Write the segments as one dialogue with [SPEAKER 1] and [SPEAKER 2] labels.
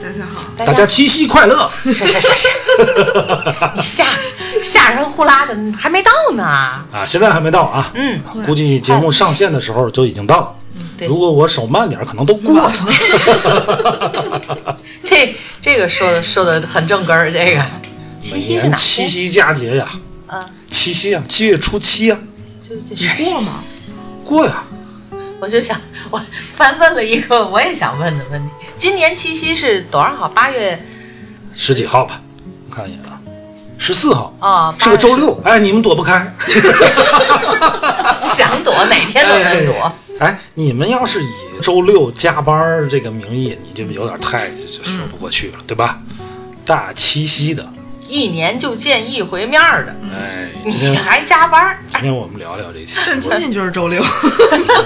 [SPEAKER 1] 大家好。
[SPEAKER 2] 大嗯
[SPEAKER 3] 大家七夕快乐！
[SPEAKER 2] 是是是是， 你吓吓人呼啦的，还没到呢。
[SPEAKER 3] 啊，现在还没到啊，
[SPEAKER 2] 嗯，
[SPEAKER 3] 估计节目上线的时候就已经到了。
[SPEAKER 2] 对
[SPEAKER 3] 如果我手慢点儿，可能都过了。
[SPEAKER 2] 这这个说的说的很正根儿，这个七夕是
[SPEAKER 3] 每年
[SPEAKER 2] 哪
[SPEAKER 3] 七
[SPEAKER 2] 天？
[SPEAKER 3] 夕佳节呀，
[SPEAKER 2] 嗯，
[SPEAKER 3] 七夕啊，七月初七呀，
[SPEAKER 2] 就就
[SPEAKER 1] 你
[SPEAKER 2] 是，
[SPEAKER 1] 过吗？
[SPEAKER 3] 过呀。
[SPEAKER 2] 我就想我翻问了一个我也想问的问题，今年七夕是多少号？八月
[SPEAKER 3] 十几号吧，我看一眼啊，十四号
[SPEAKER 2] 啊
[SPEAKER 3] 是个周
[SPEAKER 2] 八月
[SPEAKER 3] 六，哎，你们躲不开，
[SPEAKER 2] 想躲哪天都能躲。
[SPEAKER 3] 哎，你们要是以周六加班儿这个名义，你这有点太就就说不过去
[SPEAKER 2] 嗯
[SPEAKER 3] 了，对吧？大七夕的，
[SPEAKER 2] 一年就见一回面儿的，
[SPEAKER 3] 哎，今
[SPEAKER 2] 嗯你
[SPEAKER 3] 天
[SPEAKER 2] 还加班儿？
[SPEAKER 3] 今天我们聊聊这期，
[SPEAKER 1] 但今天就是周六，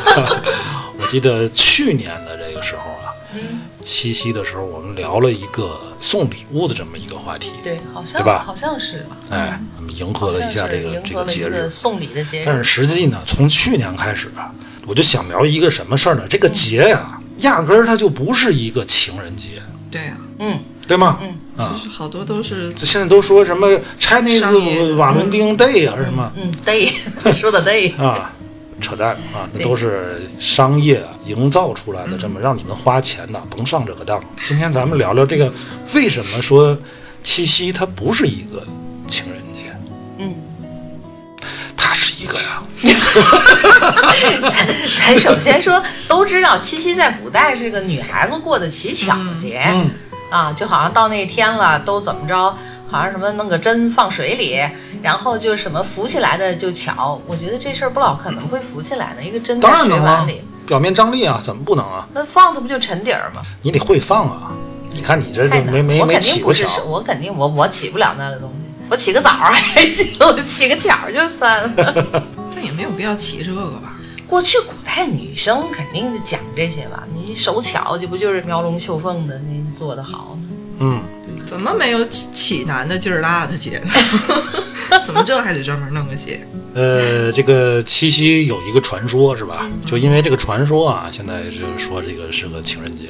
[SPEAKER 3] 我记得去年的这个时候啊，
[SPEAKER 2] 嗯
[SPEAKER 3] 七夕的时候我们聊了一个送礼物的这么一个话题，
[SPEAKER 2] 对，好像
[SPEAKER 3] 对吧
[SPEAKER 2] 好像是吧？
[SPEAKER 3] 哎，我们迎合
[SPEAKER 2] 好
[SPEAKER 3] 了
[SPEAKER 2] 像
[SPEAKER 3] 一下
[SPEAKER 2] 是
[SPEAKER 3] 这个这个
[SPEAKER 2] 迎合了一
[SPEAKER 3] 节日
[SPEAKER 2] 个，送礼的节
[SPEAKER 3] 但是
[SPEAKER 2] 日，
[SPEAKER 3] 实际呢，从去年开始啊，我就想聊一个什么事儿呢？
[SPEAKER 2] 嗯
[SPEAKER 3] 这个节呀、压根儿它就不是一个情人节，
[SPEAKER 1] 对啊呀、
[SPEAKER 2] 嗯，
[SPEAKER 3] 对吗？
[SPEAKER 2] 嗯
[SPEAKER 3] 啊
[SPEAKER 1] 就，是好多都是
[SPEAKER 3] 这现在都说什么
[SPEAKER 1] 商业
[SPEAKER 3] Chinese
[SPEAKER 1] 的
[SPEAKER 3] 瓦伦丁 Day 啊什么
[SPEAKER 2] 嗯，对，说的 对，
[SPEAKER 3] 啊，扯淡啊，那
[SPEAKER 2] 嗯对嗯
[SPEAKER 3] 都是商业营造出来的，这么让你们花钱的，甭上这个当。今天咱们聊聊这个，为什么说七夕它不是一个情人节？
[SPEAKER 2] 嗯，
[SPEAKER 3] 它是一个呀，
[SPEAKER 2] 咱咱首先说，都知道七夕在古代是个女孩子过的乞巧节、
[SPEAKER 3] 嗯，
[SPEAKER 2] 啊，就好像到那天了，都怎么着，好像什么弄个针放水里，然后就什么浮起来的就巧，我觉得这事儿不老可能会浮起来呢，一个针在
[SPEAKER 3] 当然
[SPEAKER 2] 水
[SPEAKER 3] 能
[SPEAKER 2] 碗
[SPEAKER 3] 啊
[SPEAKER 2] 里，，
[SPEAKER 3] 表面张力啊，怎么不能啊？
[SPEAKER 2] 那放它不就沉底儿吗？
[SPEAKER 3] 你得会放啊！你看你这
[SPEAKER 2] 太
[SPEAKER 3] 就
[SPEAKER 2] 难
[SPEAKER 3] 没没
[SPEAKER 2] 我
[SPEAKER 3] 没
[SPEAKER 2] 肯
[SPEAKER 3] 起
[SPEAKER 2] 定
[SPEAKER 3] 过
[SPEAKER 2] 不
[SPEAKER 3] 巧
[SPEAKER 2] 是，，我肯定我我起不了那个东西，我起个枣儿还行， 起个巧儿就算了。
[SPEAKER 1] 但也没有必要起这个吧？
[SPEAKER 2] 过去古代女生肯定得讲这些吧，你手巧这不就是描龙绣凤的，你做的好呢？
[SPEAKER 3] 嗯，
[SPEAKER 1] 怎么没有起起男的劲儿大的 节呢？怎么这还得专门弄个节？
[SPEAKER 3] 呃，这个七夕有一个传说是吧？就因为这个传说啊，现在就说这个是个情人节，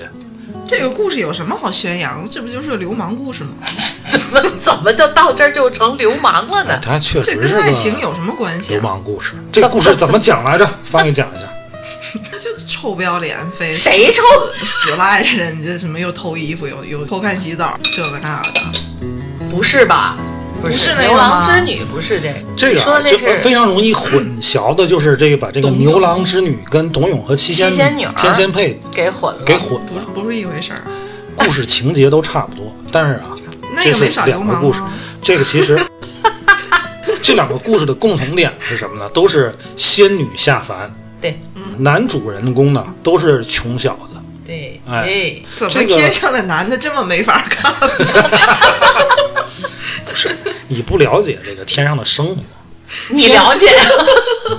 [SPEAKER 1] 这个故事有什么好宣扬？这不就是个流氓故事吗？
[SPEAKER 2] 怎么怎么就到这儿就成流氓了呢？
[SPEAKER 3] 它确
[SPEAKER 1] 这
[SPEAKER 3] 实
[SPEAKER 1] 跟
[SPEAKER 3] 是个
[SPEAKER 1] 爱情有什么关系、
[SPEAKER 3] 流
[SPEAKER 1] 啊？
[SPEAKER 3] 氓故事。这个故事怎么讲来着？翻给讲一下。
[SPEAKER 1] 就臭不要脸，非
[SPEAKER 2] 谁臭
[SPEAKER 1] 死死赖着人家什么又偷衣服，又又偷看洗澡，这个那个的。
[SPEAKER 3] 哎
[SPEAKER 2] 不是吧？不
[SPEAKER 1] 不是那个
[SPEAKER 2] 牛郎
[SPEAKER 1] 吗
[SPEAKER 2] 织女，不是这个。
[SPEAKER 3] 这
[SPEAKER 2] 你
[SPEAKER 3] 个
[SPEAKER 2] 说
[SPEAKER 3] 啊
[SPEAKER 2] 的
[SPEAKER 3] 就
[SPEAKER 2] 这是
[SPEAKER 3] 非常容易混淆的，就是这个把这个
[SPEAKER 2] 董
[SPEAKER 3] 牛
[SPEAKER 2] 永
[SPEAKER 3] 郎织女跟董永和七
[SPEAKER 2] 七仙女儿
[SPEAKER 3] 天仙配
[SPEAKER 2] 给混了。
[SPEAKER 3] 给混
[SPEAKER 1] 不是
[SPEAKER 3] 了，
[SPEAKER 1] 不是一回事儿，啊
[SPEAKER 3] 故事情节都差不多，但是啊，
[SPEAKER 1] 那
[SPEAKER 3] 这
[SPEAKER 1] 个没
[SPEAKER 3] 是
[SPEAKER 1] 少流
[SPEAKER 3] 两个
[SPEAKER 1] 氓
[SPEAKER 3] 故事
[SPEAKER 1] 啊。，
[SPEAKER 3] 这个其实这两个故事的共同点是什么呢？都是仙女下凡，
[SPEAKER 2] 对
[SPEAKER 1] 嗯
[SPEAKER 3] 男主人公呢都是穷小子。
[SPEAKER 2] 对
[SPEAKER 3] 哎
[SPEAKER 2] 对，
[SPEAKER 1] 怎么
[SPEAKER 3] 这个
[SPEAKER 1] 天上的男的这么没法看？
[SPEAKER 3] 你不了解这个天上的生活，
[SPEAKER 2] 你了 解？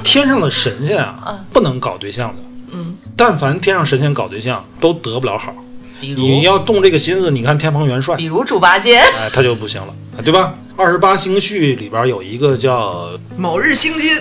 [SPEAKER 3] 天上的神仙啊，不能搞对象的。
[SPEAKER 1] 嗯，
[SPEAKER 3] 但凡天上神仙搞对象，都得不了好。
[SPEAKER 2] 比
[SPEAKER 3] 你
[SPEAKER 2] 如
[SPEAKER 3] 要动这个心思，你看天蓬元帅
[SPEAKER 2] 比，如猪八戒，
[SPEAKER 3] 哎，他就不行了，对吧？二十八星宿里边有一个叫
[SPEAKER 1] 某日星君，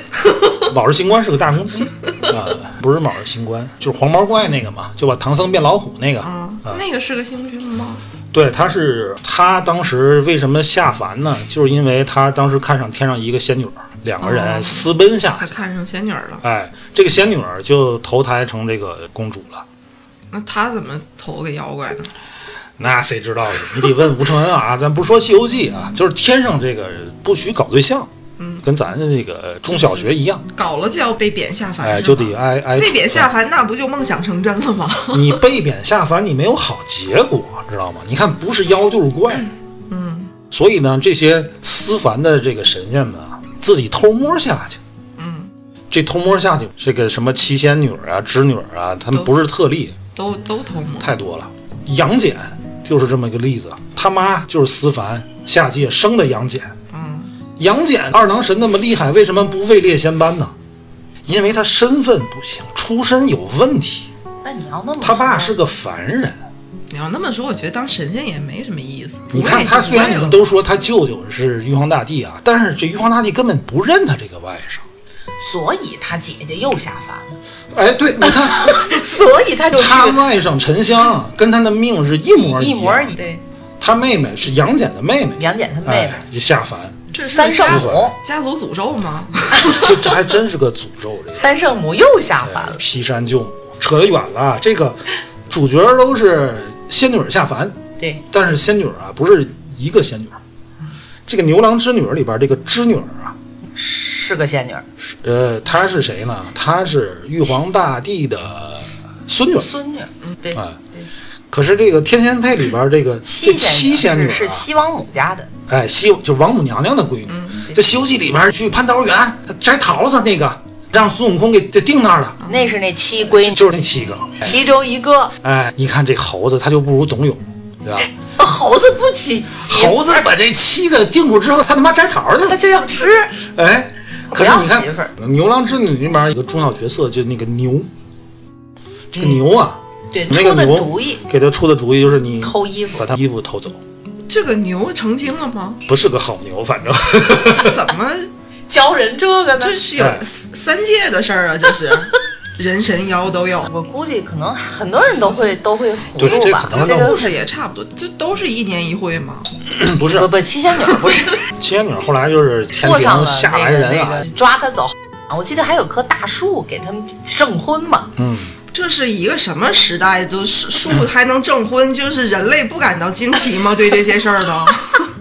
[SPEAKER 3] 卯日星官是个大公 鸡啊，不是卯日星官，就是黄毛怪那个嘛，就把唐僧变老虎那个。
[SPEAKER 1] 啊，那个是个星君吗？
[SPEAKER 3] 对，他是他当时为什么下凡呢？就是因为他当时看上天上一个仙女儿，两个人
[SPEAKER 1] 哦
[SPEAKER 3] 私奔下
[SPEAKER 1] 他
[SPEAKER 3] 去。
[SPEAKER 1] 看上仙女儿了，
[SPEAKER 3] 哎，这个仙女儿就投胎成这个公主了。
[SPEAKER 1] 那他怎么投给妖怪呢？
[SPEAKER 3] 那谁知道呢？你得问吴承恩啊， 咱不说《西游记》啊，就是天上这个不许搞对象，
[SPEAKER 1] 嗯，
[SPEAKER 3] 跟咱的那个中小学一样，
[SPEAKER 1] 搞了就要被贬下凡，
[SPEAKER 3] 哎，
[SPEAKER 1] 啊是
[SPEAKER 3] 就
[SPEAKER 1] 吧
[SPEAKER 3] 得挨挨
[SPEAKER 1] 被贬
[SPEAKER 3] 处
[SPEAKER 1] 下凡，那不就梦想成真了吗？
[SPEAKER 3] 你被贬下凡，你没有好结果，知道吗？你看，不是妖就是怪。
[SPEAKER 1] 嗯
[SPEAKER 3] 所以呢，这些思凡的这个神仙们啊，自己偷摸下去。
[SPEAKER 1] 嗯，
[SPEAKER 3] 这偷摸下去，这个什么七仙女儿啊、织女儿啊，他们不是特例，
[SPEAKER 1] 都都偷摸，
[SPEAKER 3] 太多了。杨戬就是这么一个例子。他妈就是思凡下界生的杨戬，
[SPEAKER 4] 嗯，
[SPEAKER 3] 杨戬二郎神那么厉害，为什么不位列仙班呢？因为他身份不行，出身有问题。
[SPEAKER 5] 那你要那么
[SPEAKER 3] 他爸是
[SPEAKER 5] 说
[SPEAKER 3] 个凡人，
[SPEAKER 4] 你要那么说，我觉得当神仙也没什么意思。
[SPEAKER 3] 你看他虽然你们都说他舅舅是玉皇大帝啊，但是这玉皇大帝根本不认他这个外甥。
[SPEAKER 5] 所以他姐姐又下凡了，
[SPEAKER 3] 哎，对，你看
[SPEAKER 5] 所以他就去
[SPEAKER 3] 他外甥陈香啊跟他的命是一模
[SPEAKER 5] 一
[SPEAKER 3] 样，
[SPEAKER 5] 模一对
[SPEAKER 3] 他妹妹是杨戬的妹妹，
[SPEAKER 5] 杨戬他妹妹
[SPEAKER 3] 哎，就下凡，
[SPEAKER 4] 这是
[SPEAKER 5] 三圣
[SPEAKER 4] 家
[SPEAKER 5] 母，
[SPEAKER 4] 家族诅咒吗？
[SPEAKER 3] 这这还真是个诅咒。这个
[SPEAKER 5] 三圣母又下凡 了，
[SPEAKER 3] 劈山救母扯得远了，啊这个主角都是仙女儿下凡，
[SPEAKER 5] 对，
[SPEAKER 3] 但是仙女儿啊不是一个仙女儿，这个牛郎织女儿里边这个织女儿啊，
[SPEAKER 5] 是个仙女儿，
[SPEAKER 3] 呃，她是谁呢？她是玉皇大帝的孙女儿。
[SPEAKER 5] 孙女儿，嗯，对
[SPEAKER 3] 哎
[SPEAKER 5] 对，
[SPEAKER 3] 可是这个《天仙配》里边这个这七
[SPEAKER 5] 七
[SPEAKER 3] 仙
[SPEAKER 5] 仙
[SPEAKER 3] 女
[SPEAKER 5] 女
[SPEAKER 3] 儿
[SPEAKER 5] 儿是
[SPEAKER 3] 啊
[SPEAKER 5] 是，西嗯王母家的，
[SPEAKER 3] 哎，西就王母娘娘的闺女。这《西游记》里边去蟠桃园摘桃子那个，让孙悟空给给定那儿了，
[SPEAKER 5] 那是那七闺女，
[SPEAKER 3] 就是那七个。
[SPEAKER 5] 其中一个
[SPEAKER 3] 哎，你看这猴子，他就不如董永，对吧？
[SPEAKER 5] 哎猴子哦不娶媳，
[SPEAKER 3] 猴子把这七个定住之后，他他妈摘桃去
[SPEAKER 5] 他
[SPEAKER 3] 了。
[SPEAKER 5] 就要吃，
[SPEAKER 3] 哎，可是你看
[SPEAKER 5] 不要媳妇儿
[SPEAKER 3] 《牛郎织女》里边有个重要角色，就那个牛。这个牛啊，
[SPEAKER 5] 对，
[SPEAKER 3] 那
[SPEAKER 5] 出
[SPEAKER 3] 个
[SPEAKER 5] 的
[SPEAKER 3] 牛
[SPEAKER 5] 主意
[SPEAKER 3] 给他出的主意就是你
[SPEAKER 5] 偷衣服
[SPEAKER 3] 把，他衣服偷走，
[SPEAKER 4] 这个牛成精了 吗？
[SPEAKER 3] 不是个好牛，反 正
[SPEAKER 4] 怎么
[SPEAKER 5] 教人这个呢？
[SPEAKER 4] 这是有
[SPEAKER 3] 哎
[SPEAKER 4] 三三界的事儿啊？这是人神妖都有。
[SPEAKER 5] 我估计可能很多人都会都会葫
[SPEAKER 3] 对这
[SPEAKER 5] 芦吧，
[SPEAKER 3] 可能
[SPEAKER 5] 这
[SPEAKER 3] 都
[SPEAKER 4] 故
[SPEAKER 5] 个
[SPEAKER 4] 事也差不多，这都是一年一会嘛。
[SPEAKER 3] 不是
[SPEAKER 5] 不。不七仙女儿不是
[SPEAKER 3] 七仙女后来就是天
[SPEAKER 5] 过
[SPEAKER 3] 庭
[SPEAKER 5] 上了
[SPEAKER 3] 下
[SPEAKER 5] 那
[SPEAKER 3] 来
[SPEAKER 5] 个
[SPEAKER 3] 人
[SPEAKER 5] 那
[SPEAKER 3] 啊
[SPEAKER 5] 个，抓他走。我记得还有棵大树给他们证婚嘛，
[SPEAKER 3] 嗯，
[SPEAKER 4] 这是一个什么时代？就是树还能证婚，就是人类不感到惊奇吗？对这些事儿呢？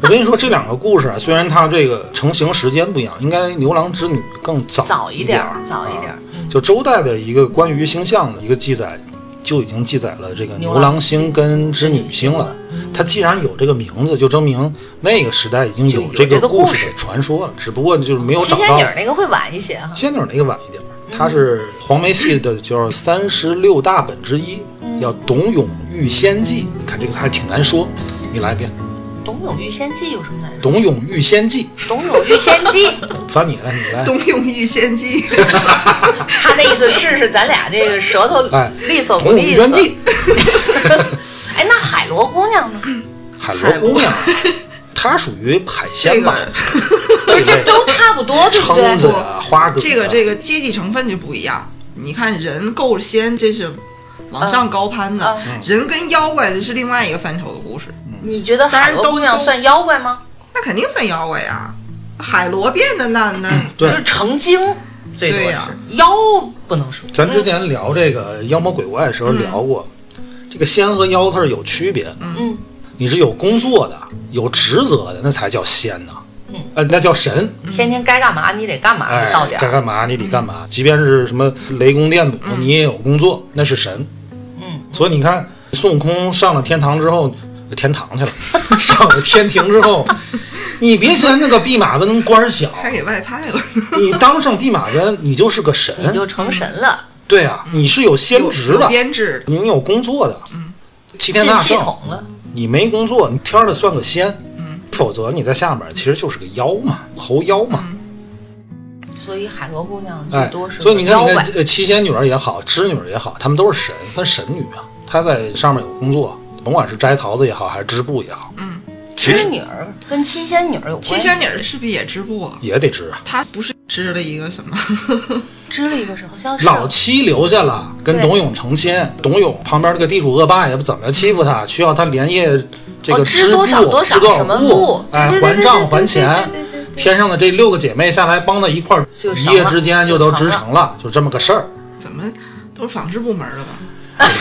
[SPEAKER 3] 我跟你说，这两个故事啊，虽然它这个成型时间不一样，应该《牛郎织女》更早
[SPEAKER 5] 早一
[SPEAKER 3] 一
[SPEAKER 5] 点
[SPEAKER 3] 点
[SPEAKER 5] 儿
[SPEAKER 3] 儿，
[SPEAKER 5] 早一点儿
[SPEAKER 3] 啊就周代的一个关于星象的一个记载，就已经记载了这个
[SPEAKER 5] 牛嗯
[SPEAKER 3] 牛郎星跟织女星
[SPEAKER 5] 织女星
[SPEAKER 3] 了
[SPEAKER 5] 了。
[SPEAKER 3] 它既然有这个名字，就证明那个时代已经
[SPEAKER 5] 就有
[SPEAKER 3] 这
[SPEAKER 5] 这个
[SPEAKER 3] 故
[SPEAKER 5] 故
[SPEAKER 3] 事
[SPEAKER 5] 事
[SPEAKER 3] 的传说了，只不过就是没有
[SPEAKER 5] 七
[SPEAKER 3] 找
[SPEAKER 5] 仙
[SPEAKER 3] 到
[SPEAKER 5] 女。儿那个嗯会晚一些哈。
[SPEAKER 3] 仙女儿那个晚一点儿，它是黄梅戏的叫三十六大本之一，
[SPEAKER 5] 嗯
[SPEAKER 3] 叫《董永遇仙记》。你看这个还挺难说，你来一遍，
[SPEAKER 5] 董永遇仙记有什么难
[SPEAKER 3] 《
[SPEAKER 5] 说？
[SPEAKER 3] 董永遇仙记
[SPEAKER 5] 董永遇仙 记，》，
[SPEAKER 3] 翻你来，你来。
[SPEAKER 4] 《东永遇仙记》
[SPEAKER 5] 他那意思是是咱俩这个舌头
[SPEAKER 3] 哎
[SPEAKER 5] 利索不
[SPEAKER 3] 童女
[SPEAKER 5] 利
[SPEAKER 3] 宣
[SPEAKER 5] 索。
[SPEAKER 3] 记，
[SPEAKER 5] 哎，那海螺姑娘呢？
[SPEAKER 3] 海螺姑娘，她属于海
[SPEAKER 4] 这
[SPEAKER 3] 鲜 吧？
[SPEAKER 4] 个
[SPEAKER 5] 不是，这都差不多，对不
[SPEAKER 3] 蛏子
[SPEAKER 5] 对？
[SPEAKER 3] 啊，花蛤，
[SPEAKER 4] 这个这个阶级成分就不一样。你看人够仙，这是往上高攀的；人跟妖怪这是另外一个范畴的故事。
[SPEAKER 5] 你觉得海
[SPEAKER 4] 当然
[SPEAKER 5] 螺
[SPEAKER 4] 都
[SPEAKER 5] 姑娘
[SPEAKER 4] 都
[SPEAKER 5] 算妖怪吗？
[SPEAKER 4] 那肯定算妖怪呀、海螺变的那那
[SPEAKER 3] 对
[SPEAKER 5] 就是成精，最多
[SPEAKER 4] 对
[SPEAKER 5] 是
[SPEAKER 4] 呀
[SPEAKER 5] 妖不能说。
[SPEAKER 3] 咱之前聊这个妖魔鬼怪的时候聊过，这个仙和妖它是有区别的，
[SPEAKER 5] 嗯，
[SPEAKER 3] 你是有工作的，有职责的，那才叫仙呢。
[SPEAKER 5] 嗯，
[SPEAKER 3] 呃，那叫神，
[SPEAKER 5] 天天该干嘛你得干嘛，
[SPEAKER 3] 哎，
[SPEAKER 5] 到点
[SPEAKER 3] 该
[SPEAKER 5] 儿。
[SPEAKER 3] 干嘛你得干
[SPEAKER 5] 嗯
[SPEAKER 3] 嘛，即便是什么雷公电母，你也有工作，那是神。
[SPEAKER 5] 嗯，
[SPEAKER 3] 所以你看，孙悟空上了天堂之后，天堂去了， 上了天庭之 后，你别嫌那个弼马温官儿小，
[SPEAKER 5] 哎
[SPEAKER 4] 还给外派了，
[SPEAKER 3] 你当上弼马温，你就是个神，
[SPEAKER 5] 你就嗯成神了，
[SPEAKER 3] 对啊，你是有兼
[SPEAKER 4] 有
[SPEAKER 3] 职的
[SPEAKER 4] 有，编制的。
[SPEAKER 3] 你有工作的，齐
[SPEAKER 5] 进
[SPEAKER 4] 哎
[SPEAKER 3] 天大
[SPEAKER 5] 嗯系
[SPEAKER 3] 圣，
[SPEAKER 5] 统嗯了。
[SPEAKER 3] 你没工作，你天儿的算个仙，否则你在下面其实就是个妖嘛，猴妖嘛，
[SPEAKER 5] 所以海螺姑娘最
[SPEAKER 3] 哎
[SPEAKER 5] 多，是
[SPEAKER 3] 所以你看，
[SPEAKER 5] 妖
[SPEAKER 3] 你
[SPEAKER 5] 怪
[SPEAKER 3] 看，呃七仙女儿也好，织女儿也好，她们都是神，她是神女啊，她在上面有工作，甭管是摘桃子也好，还是织布也好，嗯，其
[SPEAKER 5] 织
[SPEAKER 3] 实
[SPEAKER 5] 女儿跟七仙女儿有关系。
[SPEAKER 4] 七仙女儿是不是也织布啊？
[SPEAKER 3] 也得织啊。
[SPEAKER 4] 她不是织了一个什么？
[SPEAKER 5] 织了一个什么？好像是啊
[SPEAKER 3] 老七留下了，跟
[SPEAKER 5] 对
[SPEAKER 3] 董永成亲，董永旁边这个地主恶霸也不怎么欺负他，需要他连夜这
[SPEAKER 5] 哦
[SPEAKER 3] 个
[SPEAKER 5] 织
[SPEAKER 3] 织布，
[SPEAKER 5] 多少多少
[SPEAKER 3] 织多少
[SPEAKER 5] 什么
[SPEAKER 3] 布
[SPEAKER 5] 布，
[SPEAKER 3] 哎，
[SPEAKER 5] 对对对
[SPEAKER 3] 还账
[SPEAKER 5] 对对
[SPEAKER 3] 还
[SPEAKER 5] 对
[SPEAKER 3] 钱
[SPEAKER 5] 对对对。对
[SPEAKER 3] 天上的这六个姐妹下来帮他一块儿，
[SPEAKER 5] 就
[SPEAKER 3] 一
[SPEAKER 5] 成
[SPEAKER 3] 夜
[SPEAKER 5] 了
[SPEAKER 3] 之间
[SPEAKER 5] 就
[SPEAKER 3] 就都
[SPEAKER 5] 成
[SPEAKER 3] 织
[SPEAKER 5] 了
[SPEAKER 3] 成了，就这么个事儿。
[SPEAKER 4] 怎么都是纺织部门的吧？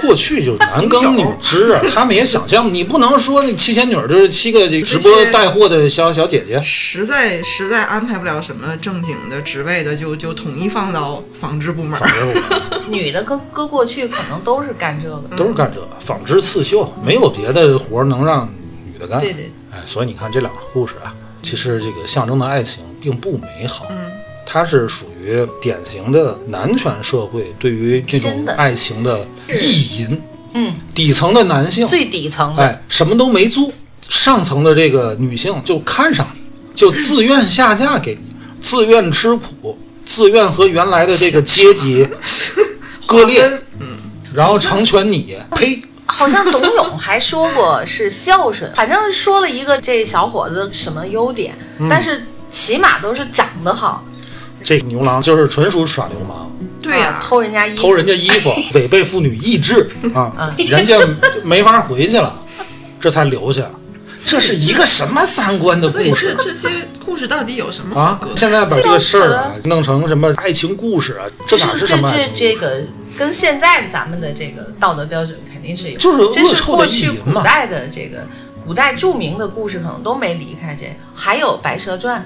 [SPEAKER 3] 过去就男耕女织，啊他们也想象，你不能说那七仙女儿就是七个这直播带货的小小姐姐。
[SPEAKER 4] 实在实在安排不了什么正经的职位的，就就统一放到纺织部门
[SPEAKER 3] 纺。织舞
[SPEAKER 5] 女的跟搁过去可能都是干这个。
[SPEAKER 3] 都是干这，纺织刺绣，没有别的活儿能让女的干。
[SPEAKER 5] 对对，
[SPEAKER 3] 哎，所以你看这两个故事啊，其实这个象征的爱情并不美好，
[SPEAKER 5] 嗯
[SPEAKER 3] 它是属于典型的男权社会对于这种
[SPEAKER 5] 真的
[SPEAKER 3] 爱情的意淫。
[SPEAKER 5] 嗯，
[SPEAKER 3] 底层的男性，
[SPEAKER 5] 最底层的，
[SPEAKER 3] 哎，什么都没做，上层的这个女性就看上你，就自愿下嫁给你，自愿吃苦，自愿和原来的这个阶 级割裂，然后成全你。呸！
[SPEAKER 5] 好像董永还说过是孝顺， 反正说了一个这小伙子什么优点，
[SPEAKER 3] 嗯
[SPEAKER 5] 但是起码都是长得好，
[SPEAKER 3] 这个牛郎就是纯属耍流氓，
[SPEAKER 4] 对呀、
[SPEAKER 5] 啊偷人家衣服，
[SPEAKER 3] 偷人家衣 服，违背妇女意志啊，人家没法回去了，这才留下。这是一个什么三观的
[SPEAKER 4] 所以
[SPEAKER 3] 故
[SPEAKER 4] 这
[SPEAKER 3] 事？
[SPEAKER 4] 这些故事到底有什么好
[SPEAKER 3] 啊
[SPEAKER 4] 歌？！
[SPEAKER 3] 现在把这个事儿啊弄成什么爱情故事啊，这哪是
[SPEAKER 5] 这
[SPEAKER 3] 什么爱
[SPEAKER 5] 这
[SPEAKER 3] 情故事？
[SPEAKER 5] 这个跟现在咱们的这个道德标准肯定是有，
[SPEAKER 3] 就是
[SPEAKER 5] 这
[SPEAKER 3] 恶
[SPEAKER 5] 是
[SPEAKER 3] 臭的
[SPEAKER 5] 过
[SPEAKER 3] 意
[SPEAKER 5] 去
[SPEAKER 3] 淫
[SPEAKER 5] 古
[SPEAKER 3] 嘛。
[SPEAKER 5] 代的这个古代著名的故事可能都没离开这，还有《白蛇传》，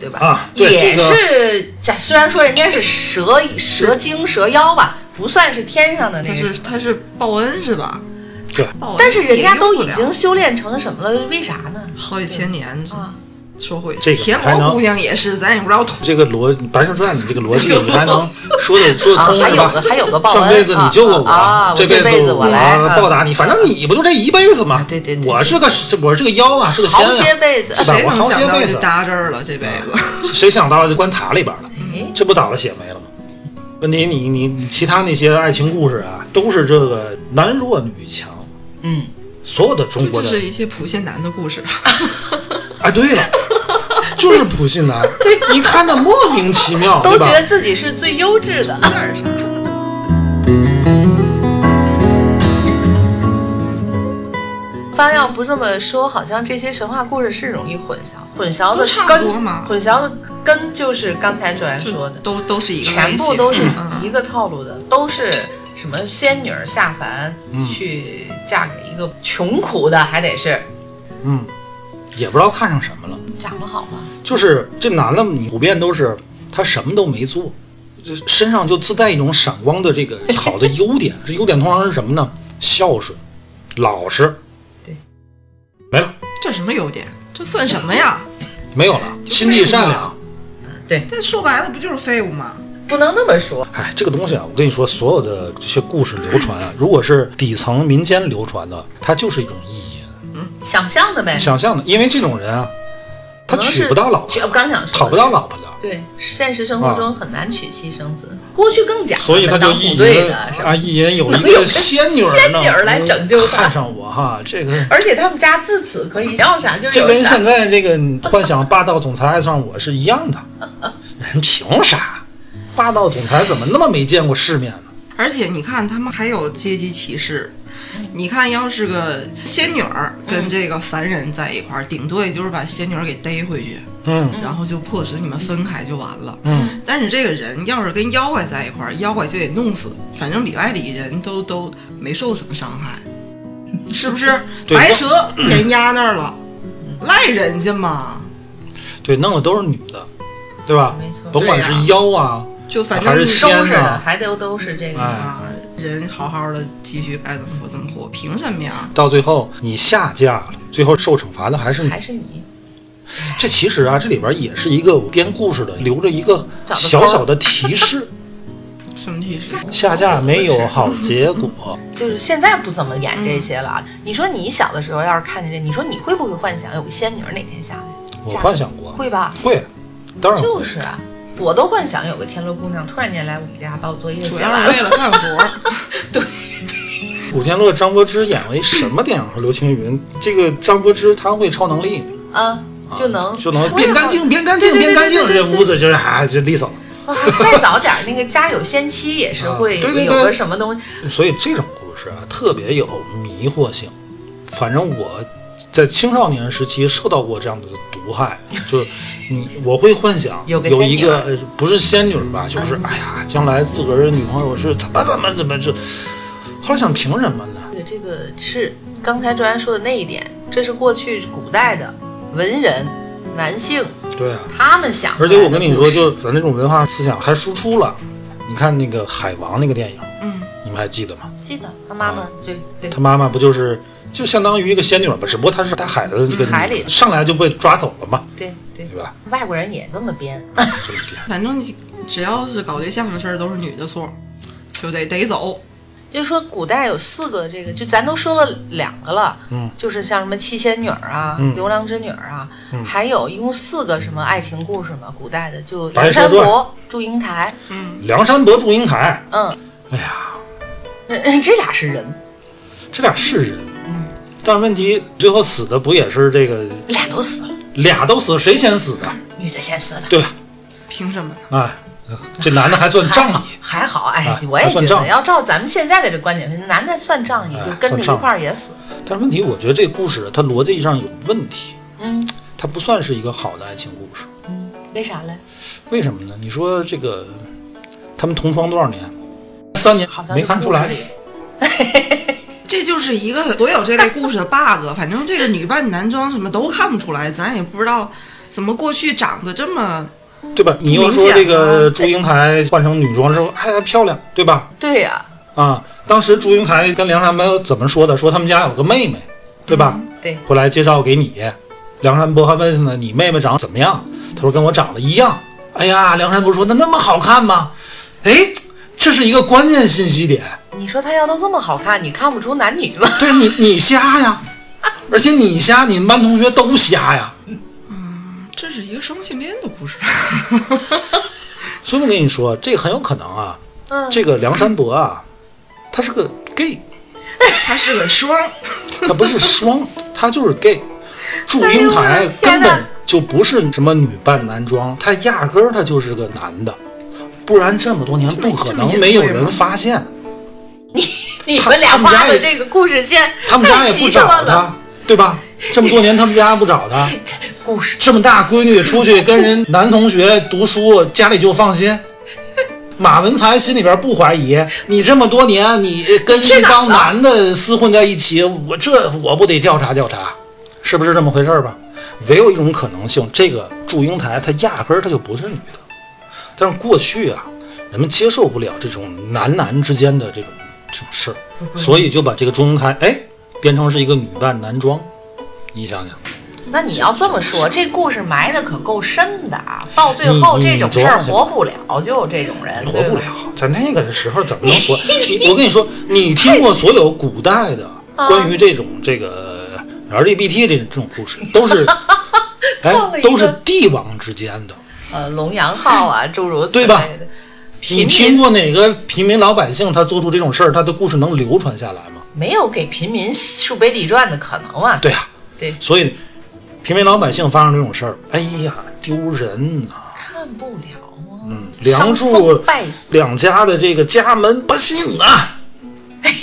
[SPEAKER 5] 对吧？
[SPEAKER 3] 啊对这
[SPEAKER 5] 也
[SPEAKER 3] 个
[SPEAKER 5] 是这虽然说人家是蛇蛇精蛇妖吧，不算是天上的那
[SPEAKER 4] 他
[SPEAKER 5] 个
[SPEAKER 4] 是他是报恩是吧？
[SPEAKER 3] 对
[SPEAKER 4] 报恩
[SPEAKER 5] 但是人家都
[SPEAKER 4] 也用
[SPEAKER 5] 已
[SPEAKER 4] 不了
[SPEAKER 5] 经修炼成什么了？为啥呢？
[SPEAKER 4] 好几千年
[SPEAKER 5] 啊，
[SPEAKER 4] 说回
[SPEAKER 3] 这个
[SPEAKER 4] 田
[SPEAKER 3] 还能
[SPEAKER 4] 螺姑娘也是，咱也不知道土
[SPEAKER 3] 这个逻《白蛇传》，你这个逻辑你还能说得说得
[SPEAKER 5] 啊，
[SPEAKER 3] 通
[SPEAKER 5] 还
[SPEAKER 3] 是
[SPEAKER 5] 有个
[SPEAKER 3] 吧？
[SPEAKER 5] 还有个报恩，
[SPEAKER 3] 上辈子你救过我，
[SPEAKER 5] 啊啊，
[SPEAKER 3] 这
[SPEAKER 5] 这
[SPEAKER 3] 辈
[SPEAKER 5] 子
[SPEAKER 3] 我
[SPEAKER 5] 来啊
[SPEAKER 3] 报答你。反正你不就这一辈子吗？
[SPEAKER 5] 对对对对
[SPEAKER 3] 我是个我是个妖啊，是个仙
[SPEAKER 5] 好些
[SPEAKER 3] 啊，
[SPEAKER 5] 辈子。
[SPEAKER 3] 是吧
[SPEAKER 4] 谁能
[SPEAKER 3] 我好些
[SPEAKER 4] 想到
[SPEAKER 3] 辈子
[SPEAKER 4] 就搭这儿了这辈子？
[SPEAKER 3] 谁想到就关塔里边了，
[SPEAKER 5] 哎，
[SPEAKER 3] 这不倒了血霉了吗？问题你你你其他那些爱情故事啊，都是这个男弱女强，
[SPEAKER 5] 嗯，
[SPEAKER 3] 所有的中
[SPEAKER 4] 这
[SPEAKER 3] 国 的
[SPEAKER 4] 就是一些普信男的故事，
[SPEAKER 3] 啊，对 了，就是普信男，你看的莫名其妙，
[SPEAKER 5] 都
[SPEAKER 3] 对吧
[SPEAKER 5] 觉？得自己是最优质 的。
[SPEAKER 4] 那是啥？
[SPEAKER 5] 方耀不这么说，好像这些神话故事是容易混淆，混淆的
[SPEAKER 4] 都差不多嘛
[SPEAKER 5] 根，混淆的根就是刚才主任
[SPEAKER 4] 就
[SPEAKER 5] 说的，
[SPEAKER 4] 都都是一个
[SPEAKER 5] 全部都是
[SPEAKER 4] 嗯
[SPEAKER 5] 一个套路的，都是什么仙女儿下凡、
[SPEAKER 3] 嗯
[SPEAKER 5] 去嫁给一个穷苦的，还得是
[SPEAKER 3] 嗯，也不知道看上什么了。
[SPEAKER 5] 长得好吗？
[SPEAKER 3] 就是这男的，你普遍都是他什么都没做，这身上就自带一种闪光的这 个好的优点。这优点通常是什么呢？孝顺、老实。
[SPEAKER 5] 对，
[SPEAKER 3] 没了，
[SPEAKER 4] 这什么优点？这算什么呀？
[SPEAKER 3] 没有了，心地善良。
[SPEAKER 5] 对，
[SPEAKER 4] 但说白了不就是废物吗？
[SPEAKER 5] 不能那么说。
[SPEAKER 3] 哎，这个东西啊，我跟你说，所有的这些故事流传啊，如果是底层民间流传的，它就是一种意淫、
[SPEAKER 5] 想象的呗，
[SPEAKER 3] 想象的，因为这种人啊，他
[SPEAKER 5] 可能
[SPEAKER 3] 娶
[SPEAKER 5] 是
[SPEAKER 3] 不到老婆
[SPEAKER 5] 娶，我刚想说
[SPEAKER 3] 讨不到。老婆的。
[SPEAKER 5] 对，现实生活中很难娶妻生子，过去更讲了，
[SPEAKER 3] 所以他就
[SPEAKER 5] 门当
[SPEAKER 3] 意
[SPEAKER 5] 户
[SPEAKER 3] 淫
[SPEAKER 5] 对的，是吧
[SPEAKER 3] 啊，意淫有一
[SPEAKER 5] 能有
[SPEAKER 3] 个
[SPEAKER 5] 个
[SPEAKER 3] 仙女儿
[SPEAKER 5] 仙
[SPEAKER 3] 呢
[SPEAKER 5] 女儿来拯救他
[SPEAKER 3] 看上我哈，这 个
[SPEAKER 5] 而且他们家自此可以要啥就是
[SPEAKER 3] 这
[SPEAKER 5] 有
[SPEAKER 3] 跟
[SPEAKER 5] 啥
[SPEAKER 3] 现在这个幻想霸道总裁爱上我是一样的，人凭啥？霸道总裁怎么那么没见过世面呢？
[SPEAKER 4] 而且你看，他们还有阶级歧视。你看，要是个仙女儿跟这个凡人在一块儿，顶多也就是把仙女儿给逮回去，
[SPEAKER 3] 嗯
[SPEAKER 4] 然后就迫使你们分开就完了。
[SPEAKER 3] 嗯，
[SPEAKER 4] 但是这个人要是跟妖怪在一块儿，妖怪就得弄死，反正里外里人都都没受什么伤害，是不是？
[SPEAKER 3] 对
[SPEAKER 4] 白蛇给人压那儿了，赖人家嘛，
[SPEAKER 3] 对，弄的都是女的，对吧？
[SPEAKER 5] 没错
[SPEAKER 3] 甭管是妖啊，
[SPEAKER 4] 就反
[SPEAKER 3] 还
[SPEAKER 4] 正
[SPEAKER 3] 是
[SPEAKER 4] 你
[SPEAKER 3] 仙
[SPEAKER 5] 收拾
[SPEAKER 3] 天哪
[SPEAKER 5] 的，还得都是这个。
[SPEAKER 3] 哎
[SPEAKER 4] 啊，人好好的继续该怎么活怎么活，凭什么呀？
[SPEAKER 3] 到最后你下嫁了，最后受惩罚的还是你。
[SPEAKER 5] 还是你
[SPEAKER 3] 这其实啊，这里边也是一个编故事的，留着一个小小的提 示：
[SPEAKER 4] 什么提示？
[SPEAKER 3] 下嫁没有好结果。
[SPEAKER 5] 就是现在不怎么演这些了啊。你说你小的时候要是看见这，你说你会不会幻想有个仙女儿哪天下来？
[SPEAKER 3] 我幻想过，
[SPEAKER 5] 会吧？
[SPEAKER 3] 会，啊当然会
[SPEAKER 5] 就是啊，我都幻想有个田螺姑娘突然间来我们家把我作业
[SPEAKER 4] 主
[SPEAKER 5] 写
[SPEAKER 4] 要
[SPEAKER 5] 完
[SPEAKER 4] 是为
[SPEAKER 5] 了。
[SPEAKER 4] 了干活。
[SPEAKER 3] 古天乐、张柏芝演过一什么电影？和刘青云，这个张柏芝她会超能力，
[SPEAKER 5] 啊，就能
[SPEAKER 3] 就能
[SPEAKER 5] 我也
[SPEAKER 3] 变干
[SPEAKER 5] 好
[SPEAKER 3] 净，变干
[SPEAKER 5] 对
[SPEAKER 3] 净，
[SPEAKER 5] 啊对
[SPEAKER 3] 变干
[SPEAKER 5] 对
[SPEAKER 3] 净
[SPEAKER 5] 对，对
[SPEAKER 3] 这屋子就是啊，就利索了。
[SPEAKER 5] 啊 再早点儿那个家有仙妻也是
[SPEAKER 3] 啊
[SPEAKER 5] 会有
[SPEAKER 3] 对对
[SPEAKER 5] 有
[SPEAKER 3] 对
[SPEAKER 5] 个什么东西，
[SPEAKER 3] 所以这种故事啊，特别有迷惑性。反正我在青少年时期受到过这样的毒害，就是你我会幻想
[SPEAKER 5] 有个仙
[SPEAKER 3] 一
[SPEAKER 5] 女嗯
[SPEAKER 3] 个呃不是仙女吧，就是哎呀，将来自个儿的女朋友是怎么怎么怎么这。后来想凭什么呢？
[SPEAKER 5] 这个这个是刚才卓然说的那一点，这是过去古代的文人男性
[SPEAKER 3] 对啊，
[SPEAKER 5] 他们想出
[SPEAKER 3] 而
[SPEAKER 5] 来
[SPEAKER 3] 且
[SPEAKER 5] 的故事。
[SPEAKER 3] 我跟你
[SPEAKER 5] 哎
[SPEAKER 3] 说，就咱这种文化思想还输出了。你看那个海王那个电影，
[SPEAKER 4] 嗯，
[SPEAKER 3] 你们还记得吗？
[SPEAKER 5] 记得他妈妈对对
[SPEAKER 3] 啊他妈妈不就是就相当于一个仙女吧，只不过她是大海的一个
[SPEAKER 5] 嗯海里的
[SPEAKER 3] 上来就被抓走了嘛，
[SPEAKER 5] 对对
[SPEAKER 3] 对，吧？
[SPEAKER 5] 外国人也这么编，
[SPEAKER 3] 这么编
[SPEAKER 4] 反正你只要是搞对象的事儿，都是女的错，就得逮走。
[SPEAKER 5] 就是说古代有四个这个，就咱都说了两个了，
[SPEAKER 3] 嗯，
[SPEAKER 5] 就是像什么七仙女儿啊、
[SPEAKER 3] 嗯
[SPEAKER 5] 牛郎织女儿啊，
[SPEAKER 3] 嗯
[SPEAKER 5] 还有一共四个什么爱情故事嘛，古代的就
[SPEAKER 3] 白
[SPEAKER 5] 梁
[SPEAKER 3] 蛇
[SPEAKER 5] 山
[SPEAKER 3] 传
[SPEAKER 5] 伯、祝英台，
[SPEAKER 3] 梁山伯、祝英台，
[SPEAKER 5] 嗯，
[SPEAKER 3] 哎呀，
[SPEAKER 5] 这这俩是人，
[SPEAKER 3] 这俩是人，
[SPEAKER 5] 嗯，
[SPEAKER 3] 但是问题最后死的不也是这个
[SPEAKER 5] 俩都死了，
[SPEAKER 3] 俩都死，谁先死的？
[SPEAKER 5] 女的先死的。
[SPEAKER 3] 对吧？
[SPEAKER 4] 凭什么呢？
[SPEAKER 3] 哎，这男的还算 仗义，
[SPEAKER 5] 还好，哎，
[SPEAKER 3] 啊
[SPEAKER 5] 我也
[SPEAKER 3] 还算
[SPEAKER 5] 觉
[SPEAKER 3] 仗
[SPEAKER 5] 得，
[SPEAKER 3] 义
[SPEAKER 5] 要照咱们现在的这观点，男的算仗义，
[SPEAKER 3] 哎
[SPEAKER 5] 就跟
[SPEAKER 3] 算
[SPEAKER 5] 着
[SPEAKER 3] 仗义
[SPEAKER 5] 一块儿也死。
[SPEAKER 3] 但是问题，我觉得这故事它逻辑上有问题，
[SPEAKER 5] 嗯，
[SPEAKER 3] 它不算是一个好的爱情故事。
[SPEAKER 5] 为啥嘞？
[SPEAKER 3] 为什么呢？你说这个，他们同窗多少年？三年
[SPEAKER 5] 好，像
[SPEAKER 3] 没看出来
[SPEAKER 5] 这故事。
[SPEAKER 4] 这就是一个所有这类故事的 bug。反正这个女扮男装什么都看不出来，咱也不知道怎么过去长得 这么
[SPEAKER 3] 对吧？你又
[SPEAKER 4] 明
[SPEAKER 3] 说
[SPEAKER 4] 显
[SPEAKER 3] 这个
[SPEAKER 4] 啊
[SPEAKER 3] 祝英台换成女装之后，哎呀漂亮，对吧？
[SPEAKER 5] 对呀、
[SPEAKER 3] 啊，当时祝英台跟梁山伯怎么说的？说他们家有个妹妹，对吧？
[SPEAKER 5] 嗯对，
[SPEAKER 3] 回来介绍给你。梁山伯还问呢，你妹妹长得怎么样？他说跟我长得一样。哎呀，梁山伯说那那么好看吗？哎，这是一个关键信息点。
[SPEAKER 5] 你说他要都这么好看，你看不出男女吗？
[SPEAKER 3] 对你你瞎呀，而且你瞎，你们班同学都瞎呀。
[SPEAKER 4] 这是一个双性恋的故事。
[SPEAKER 3] 所以我跟你说，这很有可能啊，
[SPEAKER 5] 嗯，
[SPEAKER 3] 这个梁山伯啊，他是个 gay，
[SPEAKER 4] 他是个双，
[SPEAKER 3] 他不是 双，他就是 gay。祝英
[SPEAKER 5] 哎
[SPEAKER 3] 台
[SPEAKER 5] 呦我的天
[SPEAKER 3] 根
[SPEAKER 5] 哪
[SPEAKER 3] 本就不是什么女扮男装，他压根儿他就是个男的，不然这么多年不可能没有人发现，
[SPEAKER 5] 你们俩
[SPEAKER 3] 他们家
[SPEAKER 5] 画的
[SPEAKER 3] 也
[SPEAKER 5] 这个故事线
[SPEAKER 3] 他们家
[SPEAKER 5] 太
[SPEAKER 3] 也不
[SPEAKER 5] 奇
[SPEAKER 3] 找
[SPEAKER 5] 特
[SPEAKER 3] 他
[SPEAKER 5] 了。，
[SPEAKER 3] 对吧？这么多年他们家不找他，
[SPEAKER 5] 故事
[SPEAKER 3] 这么大闺女出去跟人男同学读书，家里就放心。马文才心里边不怀疑，你这么多年你呃跟一帮男的厮混在一起，我这我不得调查调查，是不是这么回事儿吧？唯有一种可能性，这个祝英台她压根儿她就不是女的，但是过去啊，人们接受不了这种男男之间的这种这种事儿，所以就把这个祝英台哎变成是一个女扮男装，你想想。
[SPEAKER 5] 那你要这么说，这故事埋的可够深的啊！到最后
[SPEAKER 3] 你
[SPEAKER 5] 这种事儿
[SPEAKER 3] 你琢磨琢
[SPEAKER 5] 活不了，就有这种人，
[SPEAKER 3] 活不
[SPEAKER 5] 对啊
[SPEAKER 3] 了
[SPEAKER 5] 吧。，
[SPEAKER 3] 在那个时候怎么能 活？你我跟你说，你听过所有古代的
[SPEAKER 5] 啊
[SPEAKER 3] 关于这种这个 LGBT 这种这种故事，都 是
[SPEAKER 5] 创了
[SPEAKER 3] 哎
[SPEAKER 5] 一个
[SPEAKER 3] 都是帝王之间的。
[SPEAKER 5] 呃，龙阳 号啊，诸如此
[SPEAKER 3] 对
[SPEAKER 5] 类
[SPEAKER 3] 吧
[SPEAKER 5] 的。
[SPEAKER 3] 你
[SPEAKER 5] 平
[SPEAKER 3] 听
[SPEAKER 5] 民
[SPEAKER 3] 过哪个平民老百姓他做出这种事儿，他的故事能流传下来吗？
[SPEAKER 5] 没有给平民树碑立传的可能啊！
[SPEAKER 3] 对呀、
[SPEAKER 5] 对，
[SPEAKER 3] 所以平民老百姓发生这种事儿，哎呀，丢人呐、
[SPEAKER 5] 看不了啊。
[SPEAKER 3] 嗯，梁
[SPEAKER 5] 伤
[SPEAKER 3] 祝
[SPEAKER 5] 风败俗。
[SPEAKER 3] 两家的这个家门不幸啊。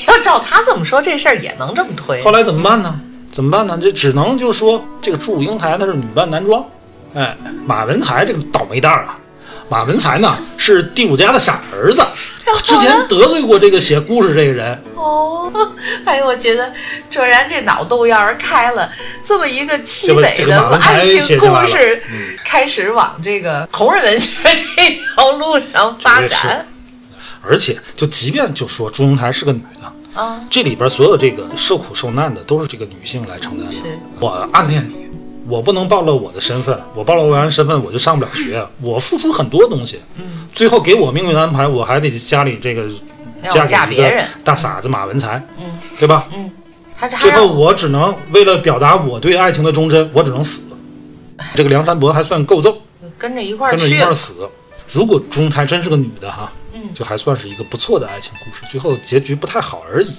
[SPEAKER 5] 要照他这么说，这事儿也能这么推
[SPEAKER 3] 后。来怎么办呢？嗯怎么办呢？这只能就说这个祝英台她是女扮男装，哎，马文才这个倒霉蛋儿啊，马文才呢是第五家的傻儿子，之前得罪过这个写故事这个人，
[SPEAKER 5] 哦，哎，我觉得卓然这脑洞要是开了，这么一个凄美
[SPEAKER 3] 这个马
[SPEAKER 5] 的
[SPEAKER 3] 文嗯才
[SPEAKER 5] 爱
[SPEAKER 3] 写
[SPEAKER 5] 情
[SPEAKER 3] 出来了
[SPEAKER 5] 故事，开始往这个孔人文学这条路上发
[SPEAKER 3] 绝对是
[SPEAKER 5] 展
[SPEAKER 3] 而且就即便就说祝英台是个女的，
[SPEAKER 5] 啊，
[SPEAKER 3] 这里边所有这个受苦受难的都是这个女性来承担的
[SPEAKER 5] 是。
[SPEAKER 3] 我暗恋你，我不能暴露我的身份，我暴露完身份我就上不了学，我付出很多东西，
[SPEAKER 5] 嗯
[SPEAKER 3] 最后给我命运安排，我还得家里这个
[SPEAKER 5] 让我嫁
[SPEAKER 3] 给一
[SPEAKER 5] 别
[SPEAKER 3] 个
[SPEAKER 5] 人
[SPEAKER 3] 大傻子马文才，对吧？
[SPEAKER 5] 嗯他他
[SPEAKER 3] 最后
[SPEAKER 5] 让
[SPEAKER 3] 我只能为了表达我对爱情的忠贞，我只能死。这个梁山伯还算够揍，
[SPEAKER 5] 跟着一块儿
[SPEAKER 3] 跟着一
[SPEAKER 5] 去
[SPEAKER 3] 块儿死。如果中台真是个女的哈，
[SPEAKER 5] 嗯
[SPEAKER 3] 就还算是一个不错的爱情故事，最后结局不太好而已。